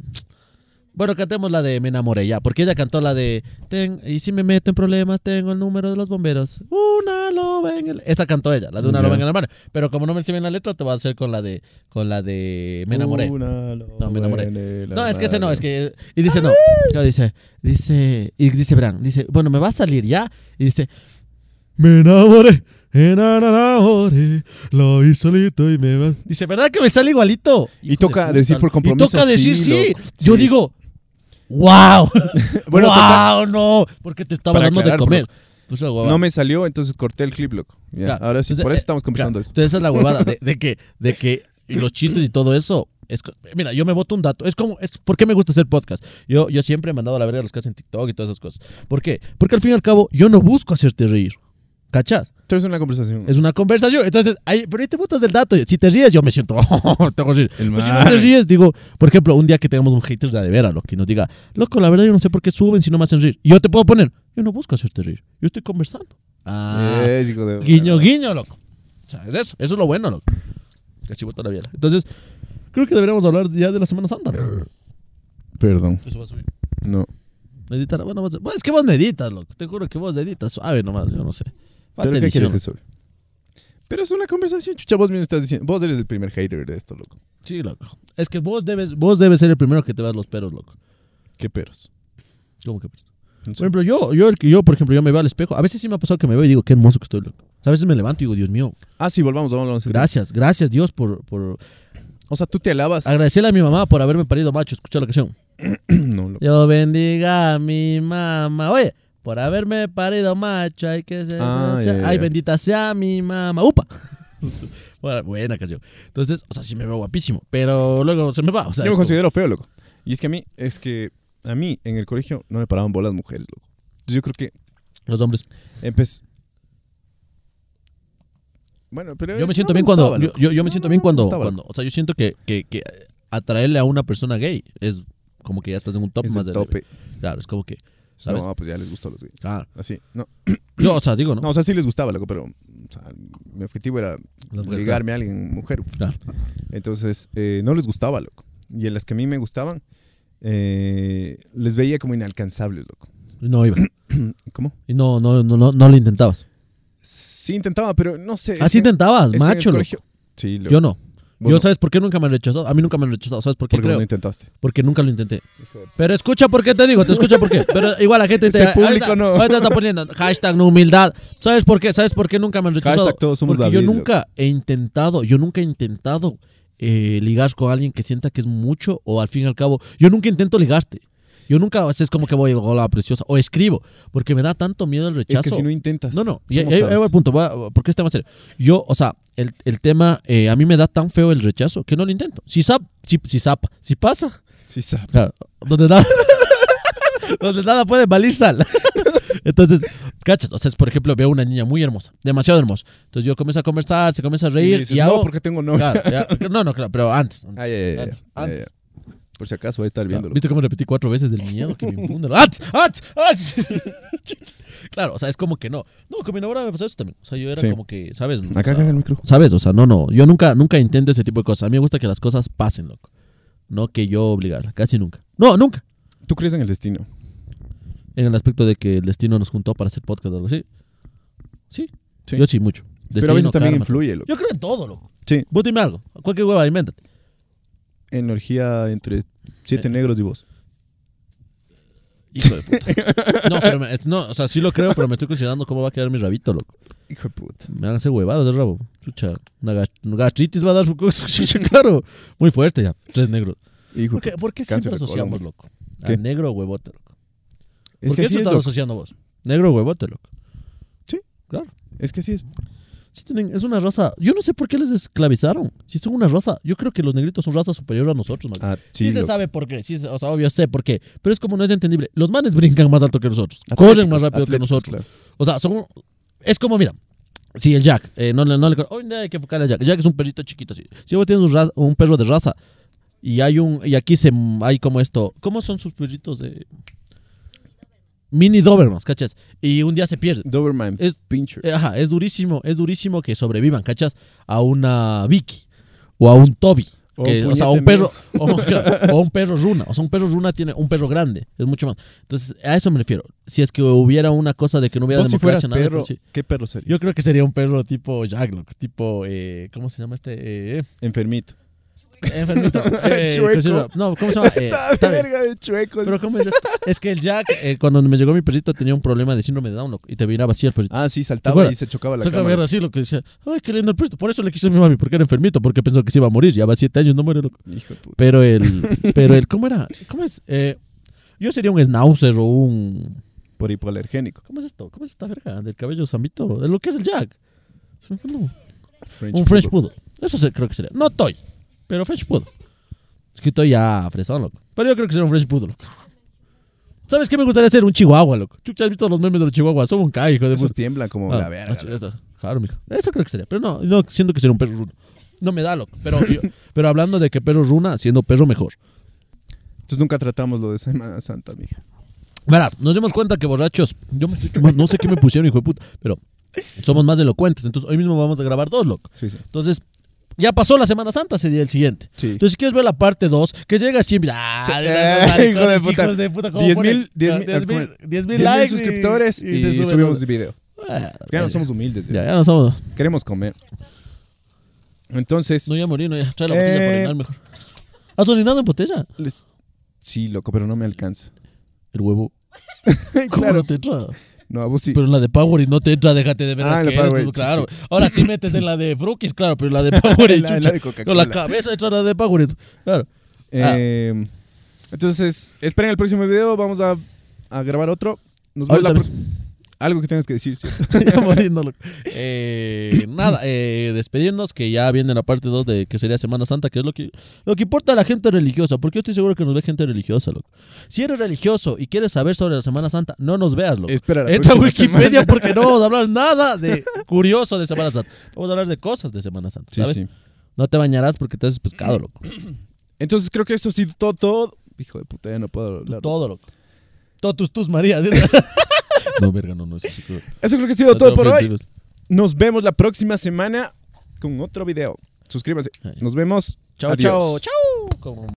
Speaker 2: Bueno, cantemos la de Me enamoré ya, porque ella cantó la de Ten, y si me meto en problemas, tengo el número de los bomberos. Una loba en el. Esta cantó ella, la de una
Speaker 1: Ya.
Speaker 2: loba en el mar. Pero como no me sirve en la letra, te voy a hacer con la de con la de Me enamoré.
Speaker 1: No,
Speaker 2: me enamoré. No, es que ese no, es que. Y dice no. No, dice, dice. Y dice Bran, dice, bueno, me va a salir ya. Y dice, me enamoré, enamoré, lo hice solito y me va. Dice, ¿verdad que me sale igualito?
Speaker 1: Y
Speaker 2: Hijo
Speaker 1: toca
Speaker 2: de puta.
Speaker 1: decir por compromiso,
Speaker 2: Y toca decir
Speaker 1: sí,
Speaker 2: sí.
Speaker 1: loco.
Speaker 2: Yo
Speaker 1: Sí.
Speaker 2: digo, wow.
Speaker 1: <laughs> Bueno, toca-
Speaker 2: wow, no. Porque te estaba
Speaker 1: Para
Speaker 2: dando de
Speaker 1: aclarar,
Speaker 2: comer. Pues la huevada.
Speaker 1: No me salió, entonces corté el clip, loco. Ya,
Speaker 2: Claro.
Speaker 1: Ahora sí,
Speaker 2: Entonces,
Speaker 1: por
Speaker 2: eh,
Speaker 1: eso estamos conversando
Speaker 2: Claro,
Speaker 1: eso.
Speaker 2: Entonces esa es la huevada de, de que, de que y los chistes y todo eso. Es, co- mira, yo me boto un dato. Es como, es, ¿por qué me gusta hacer podcast? Yo, yo siempre he mandado a la verga a los que hacen TikTok y todas esas cosas. ¿Por qué? Porque al fin y al cabo, yo no busco hacerte reír. ¿Cachas?
Speaker 1: Esto es una conversación.
Speaker 2: Es una conversación. Entonces, ahí, pero ahí te botas del dato. Si te ríes, yo me siento. <laughs> te hago reír.
Speaker 1: El
Speaker 2: Pero "Pues si no
Speaker 1: man.
Speaker 2: te ríes, digo, por ejemplo, un día que tengamos un hater de la de vera, lo que nos diga, loco, la verdad yo no sé por qué suben si no me hacen reír. Y yo te puedo poner, yo no busco hacerte reír. Yo estoy conversando. Ah.
Speaker 1: Es, hijo de-
Speaker 2: Guiño, guiño, loco. O sea, es eso. Eso es lo bueno, loco. Casi bota la biela. Entonces, creo que deberíamos hablar ya de la Semana Santa. ¿no?
Speaker 1: Perdón.
Speaker 2: Eso va a subir.
Speaker 1: No.
Speaker 2: Editar, bueno, vas a- bueno, es que vos no editas, loco. Te juro que vos editas suave nomás, yo no sé. Falta
Speaker 1: ¿Pero qué
Speaker 2: edición.
Speaker 1: quieres que sube? Pero es una conversación, chucha. Vos mismo estás diciendo. Vos eres el primer hater de esto, loco.
Speaker 2: Sí, loco. Es que vos debes, vos debes ser el primero que te vas los peros, loco.
Speaker 1: Qué peros.
Speaker 2: ¿Cómo que? Por
Speaker 1: No sé.
Speaker 2: ejemplo, yo, yo, el que- yo, por ejemplo, yo me veo al espejo. A veces sí me ha pasado que me veo y digo, qué hermoso que estoy, loco. A veces me levanto y digo, Dios mío,
Speaker 1: Ah, sí, volvamos, vamos, vamos.
Speaker 2: gracias, gracias Dios por, por
Speaker 1: O sea, tú te alabas.
Speaker 2: agradecerle a mi mamá por haberme parido macho. Escucha la canción.
Speaker 1: no, loco.
Speaker 2: Yo bendiga a mi mamá. Oye, por haberme parido macho, hay que ser.
Speaker 1: Ah, ya, ya,
Speaker 2: Ay,
Speaker 1: ya.
Speaker 2: bendita sea mi mamá. ¡Upa! <laughs> Bueno, buena canción. Entonces, o sea, sí me veo guapísimo, pero luego se me va. O sea,
Speaker 1: Yo me
Speaker 2: es como-
Speaker 1: considero feo, loco. Y es que a mí, es que a mí en el colegio no me paraban bolas mujeres, loco. Yo creo que
Speaker 2: los hombres.
Speaker 1: empecé. Bueno, pero.
Speaker 2: Yo me
Speaker 1: no
Speaker 2: siento bien cuando.
Speaker 1: gustaba,
Speaker 2: Yo,
Speaker 1: loco.
Speaker 2: yo- yo me
Speaker 1: No,
Speaker 2: siento
Speaker 1: no,
Speaker 2: bien
Speaker 1: no me
Speaker 2: cuando,
Speaker 1: gustaba,
Speaker 2: cuando. O sea, yo siento que, que, que atraerle a una persona gay es como que ya estás en un top
Speaker 1: Es
Speaker 2: más
Speaker 1: el
Speaker 2: de-
Speaker 1: tope.
Speaker 2: Claro, es como que. ¿sabes?
Speaker 1: No, pues ya les gustó a los gays.
Speaker 2: Claro.
Speaker 1: Así, no.
Speaker 2: Yo, o sea, digo, ¿no?
Speaker 1: No, o sea, sí les gustaba, loco, pero o sea, mi objetivo era
Speaker 2: Las mujeres,
Speaker 1: ligarme a alguien, mujer.
Speaker 2: Claro.
Speaker 1: Entonces, eh, no les gustaba, loco. Y en las que a mí me gustaban, eh, les veía como inalcanzables, loco. <clears throat>
Speaker 2: No iba.
Speaker 1: ¿Cómo?
Speaker 2: Y no, no, no, no, no lo intentabas.
Speaker 1: Sí intentaba, pero no sé. es
Speaker 2: Así
Speaker 1: que-
Speaker 2: intentabas,
Speaker 1: es que en el
Speaker 2: Ah, macho. loco.
Speaker 1: colegio- Sí, loco.
Speaker 2: Yo no.
Speaker 1: Vos
Speaker 2: yo,
Speaker 1: no.
Speaker 2: ¿sabes por qué nunca me han rechazado? A mí nunca me han rechazado. ¿Sabes por qué
Speaker 1: Porque
Speaker 2: creo?
Speaker 1: no intentaste.
Speaker 2: Porque nunca lo intenté. Pero escucha por qué te digo, te escucha
Speaker 1: <laughs>
Speaker 2: por qué. Pero igual la gente te.
Speaker 1: Ese público
Speaker 2: ahorita-
Speaker 1: no.
Speaker 2: ahorita
Speaker 1: <laughs>
Speaker 2: está poniendo hashtag no humildad. ¿Sabes por qué? ¿Sabes por qué nunca me han rechazado?
Speaker 1: Hashtag todos somos
Speaker 2: Porque yo
Speaker 1: David,
Speaker 2: nunca he intentado, yo nunca he intentado eh, ligar con alguien que sienta que es mucho o al fin y al cabo. Yo nunca intento ligarte. Yo nunca, o sea, es como que voy, hola, preciosa, o escribo, porque me da tanto miedo el rechazo.
Speaker 1: Es que si no intentas.
Speaker 2: No, no, y ahí
Speaker 1: Pues, ¿cómo
Speaker 2: ahí
Speaker 1: sabes?
Speaker 2: va el punto, va- va- porque este tema es serio. Yo, o sea, el, el tema, eh, a mí me da tan feo el rechazo que no lo intento. Si zap, si, si zapa, si pasa,
Speaker 1: Sí, sabes.
Speaker 2: claro, donde nada, <laughs> donde nada puede valer sal. <laughs> Entonces, cachas, o sea, es, por ejemplo, veo una niña muy hermosa, demasiado hermosa. Entonces yo comienzo a conversar, se comienza a
Speaker 1: Y Ah,
Speaker 2: reír y,
Speaker 1: dices,
Speaker 2: hago...
Speaker 1: no, porque tengo novia.
Speaker 2: Claro, ya- no, no, claro, pero antes.
Speaker 1: Ah, ya, ya, ya,
Speaker 2: Antes,
Speaker 1: ya, ya, ya. Por si acaso voy a estar viéndolo.
Speaker 2: ¿Viste cómo repetí cuatro veces del miedo que me infunde? ¡Ach! ¡Ach! ¡Ach! <laughs> claro, o sea, es como que no. No, con mi novia me pasó eso también. O sea, yo era
Speaker 1: Sí.
Speaker 2: como que, ¿sabes? O
Speaker 1: Acá
Speaker 2: sea,
Speaker 1: caga el micro.
Speaker 2: ¿Sabes? O sea, no, no. Yo nunca, nunca intento ese tipo de cosas. A mí me gusta que las cosas pasen, loco. No que yo obligarla, casi nunca. No, nunca.
Speaker 1: ¿Tú crees en el destino?
Speaker 2: En el aspecto de que el destino nos juntó para hacer podcast o algo así. Sí.
Speaker 1: Sí.
Speaker 2: Yo sí, mucho.
Speaker 1: Pero a veces
Speaker 2: Destino,
Speaker 1: también
Speaker 2: karma,
Speaker 1: influye,
Speaker 2: todo.
Speaker 1: loco.
Speaker 2: Yo creo en todo, loco.
Speaker 1: Sí,
Speaker 2: Vos dime algo. Cualquier hueva, invéntate.
Speaker 1: energía entre siete
Speaker 2: Eh.
Speaker 1: negros y vos.
Speaker 2: Hijo de puta.
Speaker 1: <laughs>
Speaker 2: No, pero me- es- no, o sea, sí lo creo, pero me estoy considerando cómo va a quedar mi rabito, loco.
Speaker 1: Hijo de puta.
Speaker 2: Me van a hacer huevadas de rabo. Chucha, una, ga- una gastritis va a dar su <laughs> chucha, claro. Muy fuerte ya. Tres negros.
Speaker 1: Hijo
Speaker 2: ¿Por
Speaker 1: de
Speaker 2: qué,
Speaker 1: puta.
Speaker 2: por qué
Speaker 1: Cáncer de
Speaker 2: siempre
Speaker 1: colon,
Speaker 2: asociamos,
Speaker 1: güey.
Speaker 2: loco? A
Speaker 1: ¿Qué?
Speaker 2: negro o huevote, loco.
Speaker 1: Es
Speaker 2: ¿Por
Speaker 1: que
Speaker 2: qué
Speaker 1: así
Speaker 2: eso
Speaker 1: es,
Speaker 2: estás
Speaker 1: loco.
Speaker 2: asociando vos? Negro o huevote, loco.
Speaker 1: Es que así es.
Speaker 2: Sí tienen, es una raza. Yo no sé por qué les esclavizaron. Si son una raza. Yo creo que los negritos son raza superior a nosotros, man.
Speaker 1: Ah,
Speaker 2: Sí,
Speaker 1: sí,
Speaker 2: se
Speaker 1: loco.
Speaker 2: sabe por qué, sí, se- o sea, obvio sé por qué, pero es como no es entendible. Los manes brincan más alto que nosotros, corren
Speaker 1: Atléticos,
Speaker 2: más rápido que
Speaker 1: atléticos,
Speaker 2: nosotros.
Speaker 1: claro.
Speaker 2: O sea, son. Es como, mira. Si el Jack, eh, no, le- no le. Hoy hay que enfocarle a Jack. Jack es un perrito chiquito. Así. Si vos tienes un, ra- un perro de raza y hay un. Y aquí se hay como esto. ¿Cómo son sus perritos de. Mini Dobermans, ¿cachas? Y un día se pierden.
Speaker 1: Doberman
Speaker 2: Es-
Speaker 1: Pincher.
Speaker 2: Eh, Ajá, es durísimo, es durísimo que sobrevivan, ¿cachas? A una Vicky o a un Toby.
Speaker 1: O
Speaker 2: que-
Speaker 1: un
Speaker 2: o sea, un
Speaker 1: puñete
Speaker 2: perro,
Speaker 1: <laughs>
Speaker 2: o, o un perro runa. O sea, un perro runa tiene un perro grande. Es mucho más. Entonces, a eso me refiero. Si es que hubiera una cosa de que no hubiera
Speaker 1: Vos si
Speaker 2: democracia,
Speaker 1: fueras
Speaker 2: nada,
Speaker 1: perro,
Speaker 2: pues sí.
Speaker 1: ¿qué perro sería?
Speaker 2: Yo creo que sería un perro tipo Jaglock, tipo. eh, ¿Cómo se
Speaker 1: <laughs>
Speaker 2: llama este? Eh,
Speaker 1: Enfermito.
Speaker 2: enfermito. Eh,
Speaker 1: Chueco.
Speaker 2: considero- no, ¿cómo
Speaker 1: <laughs>
Speaker 2: se llama? Eh, está bien.
Speaker 1: de chueco.
Speaker 2: Pero ¿cómo es esto? Es que el Jack, eh, cuando me llegó mi perrito, tenía un problema de síndrome de Down loco, y te miraba así el perrito.
Speaker 1: Ah, sí,
Speaker 2: ¿Te
Speaker 1: saltaba
Speaker 2: acuerdas?
Speaker 1: y se chocaba la
Speaker 2: Siempre me
Speaker 1: cámara.
Speaker 2: era así lo que decía, ay, qué lindo el perrito. Por eso le quiso a mi mami, porque era enfermito, porque pensó que se iba a morir. Ya va siete años, no muere loco.
Speaker 1: Hijo de puta. <laughs>
Speaker 2: Pero el, pero el, ¿cómo era? ¿Cómo es? Eh, yo sería un schnauzer o un...
Speaker 1: Por hipoalergénico.
Speaker 2: ¿Cómo es esto? ¿Cómo es esta verga del cabello zambito? Es lo que es el Jack. Se me fue el nombre.
Speaker 1: French
Speaker 2: Un French
Speaker 1: poodle.
Speaker 2: Poodle. Eso se- creo que sería. No Toy, pero French Poodle. Es que Toy ya fresón, loco. Pero yo creo que sería un French Poodle, loco. ¿Sabes qué me gustaría ser? Un chihuahua, loco. Chucha, ¿has visto los memes de los chihuahuas? Son un cae, hijo de
Speaker 1: Esos
Speaker 2: puta.
Speaker 1: tiemblan como
Speaker 2: Ah,
Speaker 1: la verga.
Speaker 2: ah, esto. Claro, mijo. Eso creo que sería. Pero no, no siento que sería un perro runa. No me da, loco.
Speaker 1: <laughs>
Speaker 2: Pero, yo- pero hablando de que perro runa, siendo perro mejor.
Speaker 1: Entonces nunca tratamos lo de Semana Santa, mija.
Speaker 2: Verás, nos dimos cuenta que borrachos, yo me estoy chupando, no sé qué me pusieron, hijo de puta, pero somos más elocuentes. Entonces, hoy mismo vamos a grabar dos, loco.
Speaker 1: Sí, sí.
Speaker 2: Entonces, ya pasó la Semana Santa, sería el siguiente.
Speaker 1: Sí.
Speaker 2: Entonces, si quieres ver la parte 2, que llega así, mira,
Speaker 1: Sí,
Speaker 2: ah,
Speaker 1: eh,
Speaker 2: maricones,
Speaker 1: hijo de puta.
Speaker 2: hijos de puta, ¿cómo
Speaker 1: 10.000,
Speaker 2: ponen?
Speaker 1: 10.000,
Speaker 2: Ah, 10.000, 10.000
Speaker 1: 10.000
Speaker 2: likes y-
Speaker 1: suscriptores y,
Speaker 2: se sube
Speaker 1: subimos
Speaker 2: todo.
Speaker 1: video.
Speaker 2: Ah,
Speaker 1: Ya no
Speaker 2: verga.
Speaker 1: somos humildes.
Speaker 2: Ya,
Speaker 1: ya.
Speaker 2: ya no somos.
Speaker 1: Queremos comer. Entonces,
Speaker 2: No, ya morí, no, ya. Trae la botella para
Speaker 1: Eh.
Speaker 2: orinar mejor. ¿Has orinado en botella?
Speaker 1: les- sí, loco, pero no me alcanza. <laughs>
Speaker 2: El huevo. ¿Cómo
Speaker 1: Claro.
Speaker 2: no te entra?
Speaker 1: No, a vos sí.
Speaker 2: Pero en la de Power y no te entra, déjate de ver
Speaker 1: Ah, en la
Speaker 2: asqueroso,
Speaker 1: Powerade, sí,
Speaker 2: claro. Ahora sí metes en la de Frukis, claro, pero en la de Power
Speaker 1: En <laughs> la- en la de Coca-Cola.
Speaker 2: la cabeza entra en la de Power Claro.
Speaker 1: Eh, Entonces, esperen el próximo video. Vamos a, a grabar otro. Nos vemos la
Speaker 2: Ahorita
Speaker 1: pro- Algo que tengas que decir, ¿cierto?
Speaker 2: Ya muriendo, loco. Eh, nada, eh, despedirnos que ya viene la parte 2 de que sería Semana Santa, que es lo que, lo que importa a la gente religiosa, porque yo estoy seguro que nos ve gente religiosa, loco. Si eres religioso y quieres saber sobre la Semana Santa, no nos veas, loco.
Speaker 1: Espera la
Speaker 2: Entra a
Speaker 1: próxima
Speaker 2: Wikipedia
Speaker 1: semana.
Speaker 2: porque no vamos a
Speaker 1: <laughs>
Speaker 2: hablar nada de curioso de Semana Santa. Vamos a hablar de cosas de Semana Santa,
Speaker 1: Sí,
Speaker 2: ¿sabes?
Speaker 1: sí.
Speaker 2: No te bañarás porque te haces pescado, loco.
Speaker 1: Entonces, creo que esto ha sido todo, todo. Hijo de puta, ya no puedo hablar.
Speaker 2: Todo, loco. Totus tus María.
Speaker 1: <laughs>
Speaker 2: no, verga, no, no. Eso sí que-
Speaker 1: Eso creo que ha sido todo por hoy.
Speaker 2: Otro-
Speaker 1: Nos vemos la próxima semana con otro video. Suscríbase. Nos vemos.
Speaker 2: Chao,
Speaker 1: Adiós.
Speaker 2: chao, chao. Como-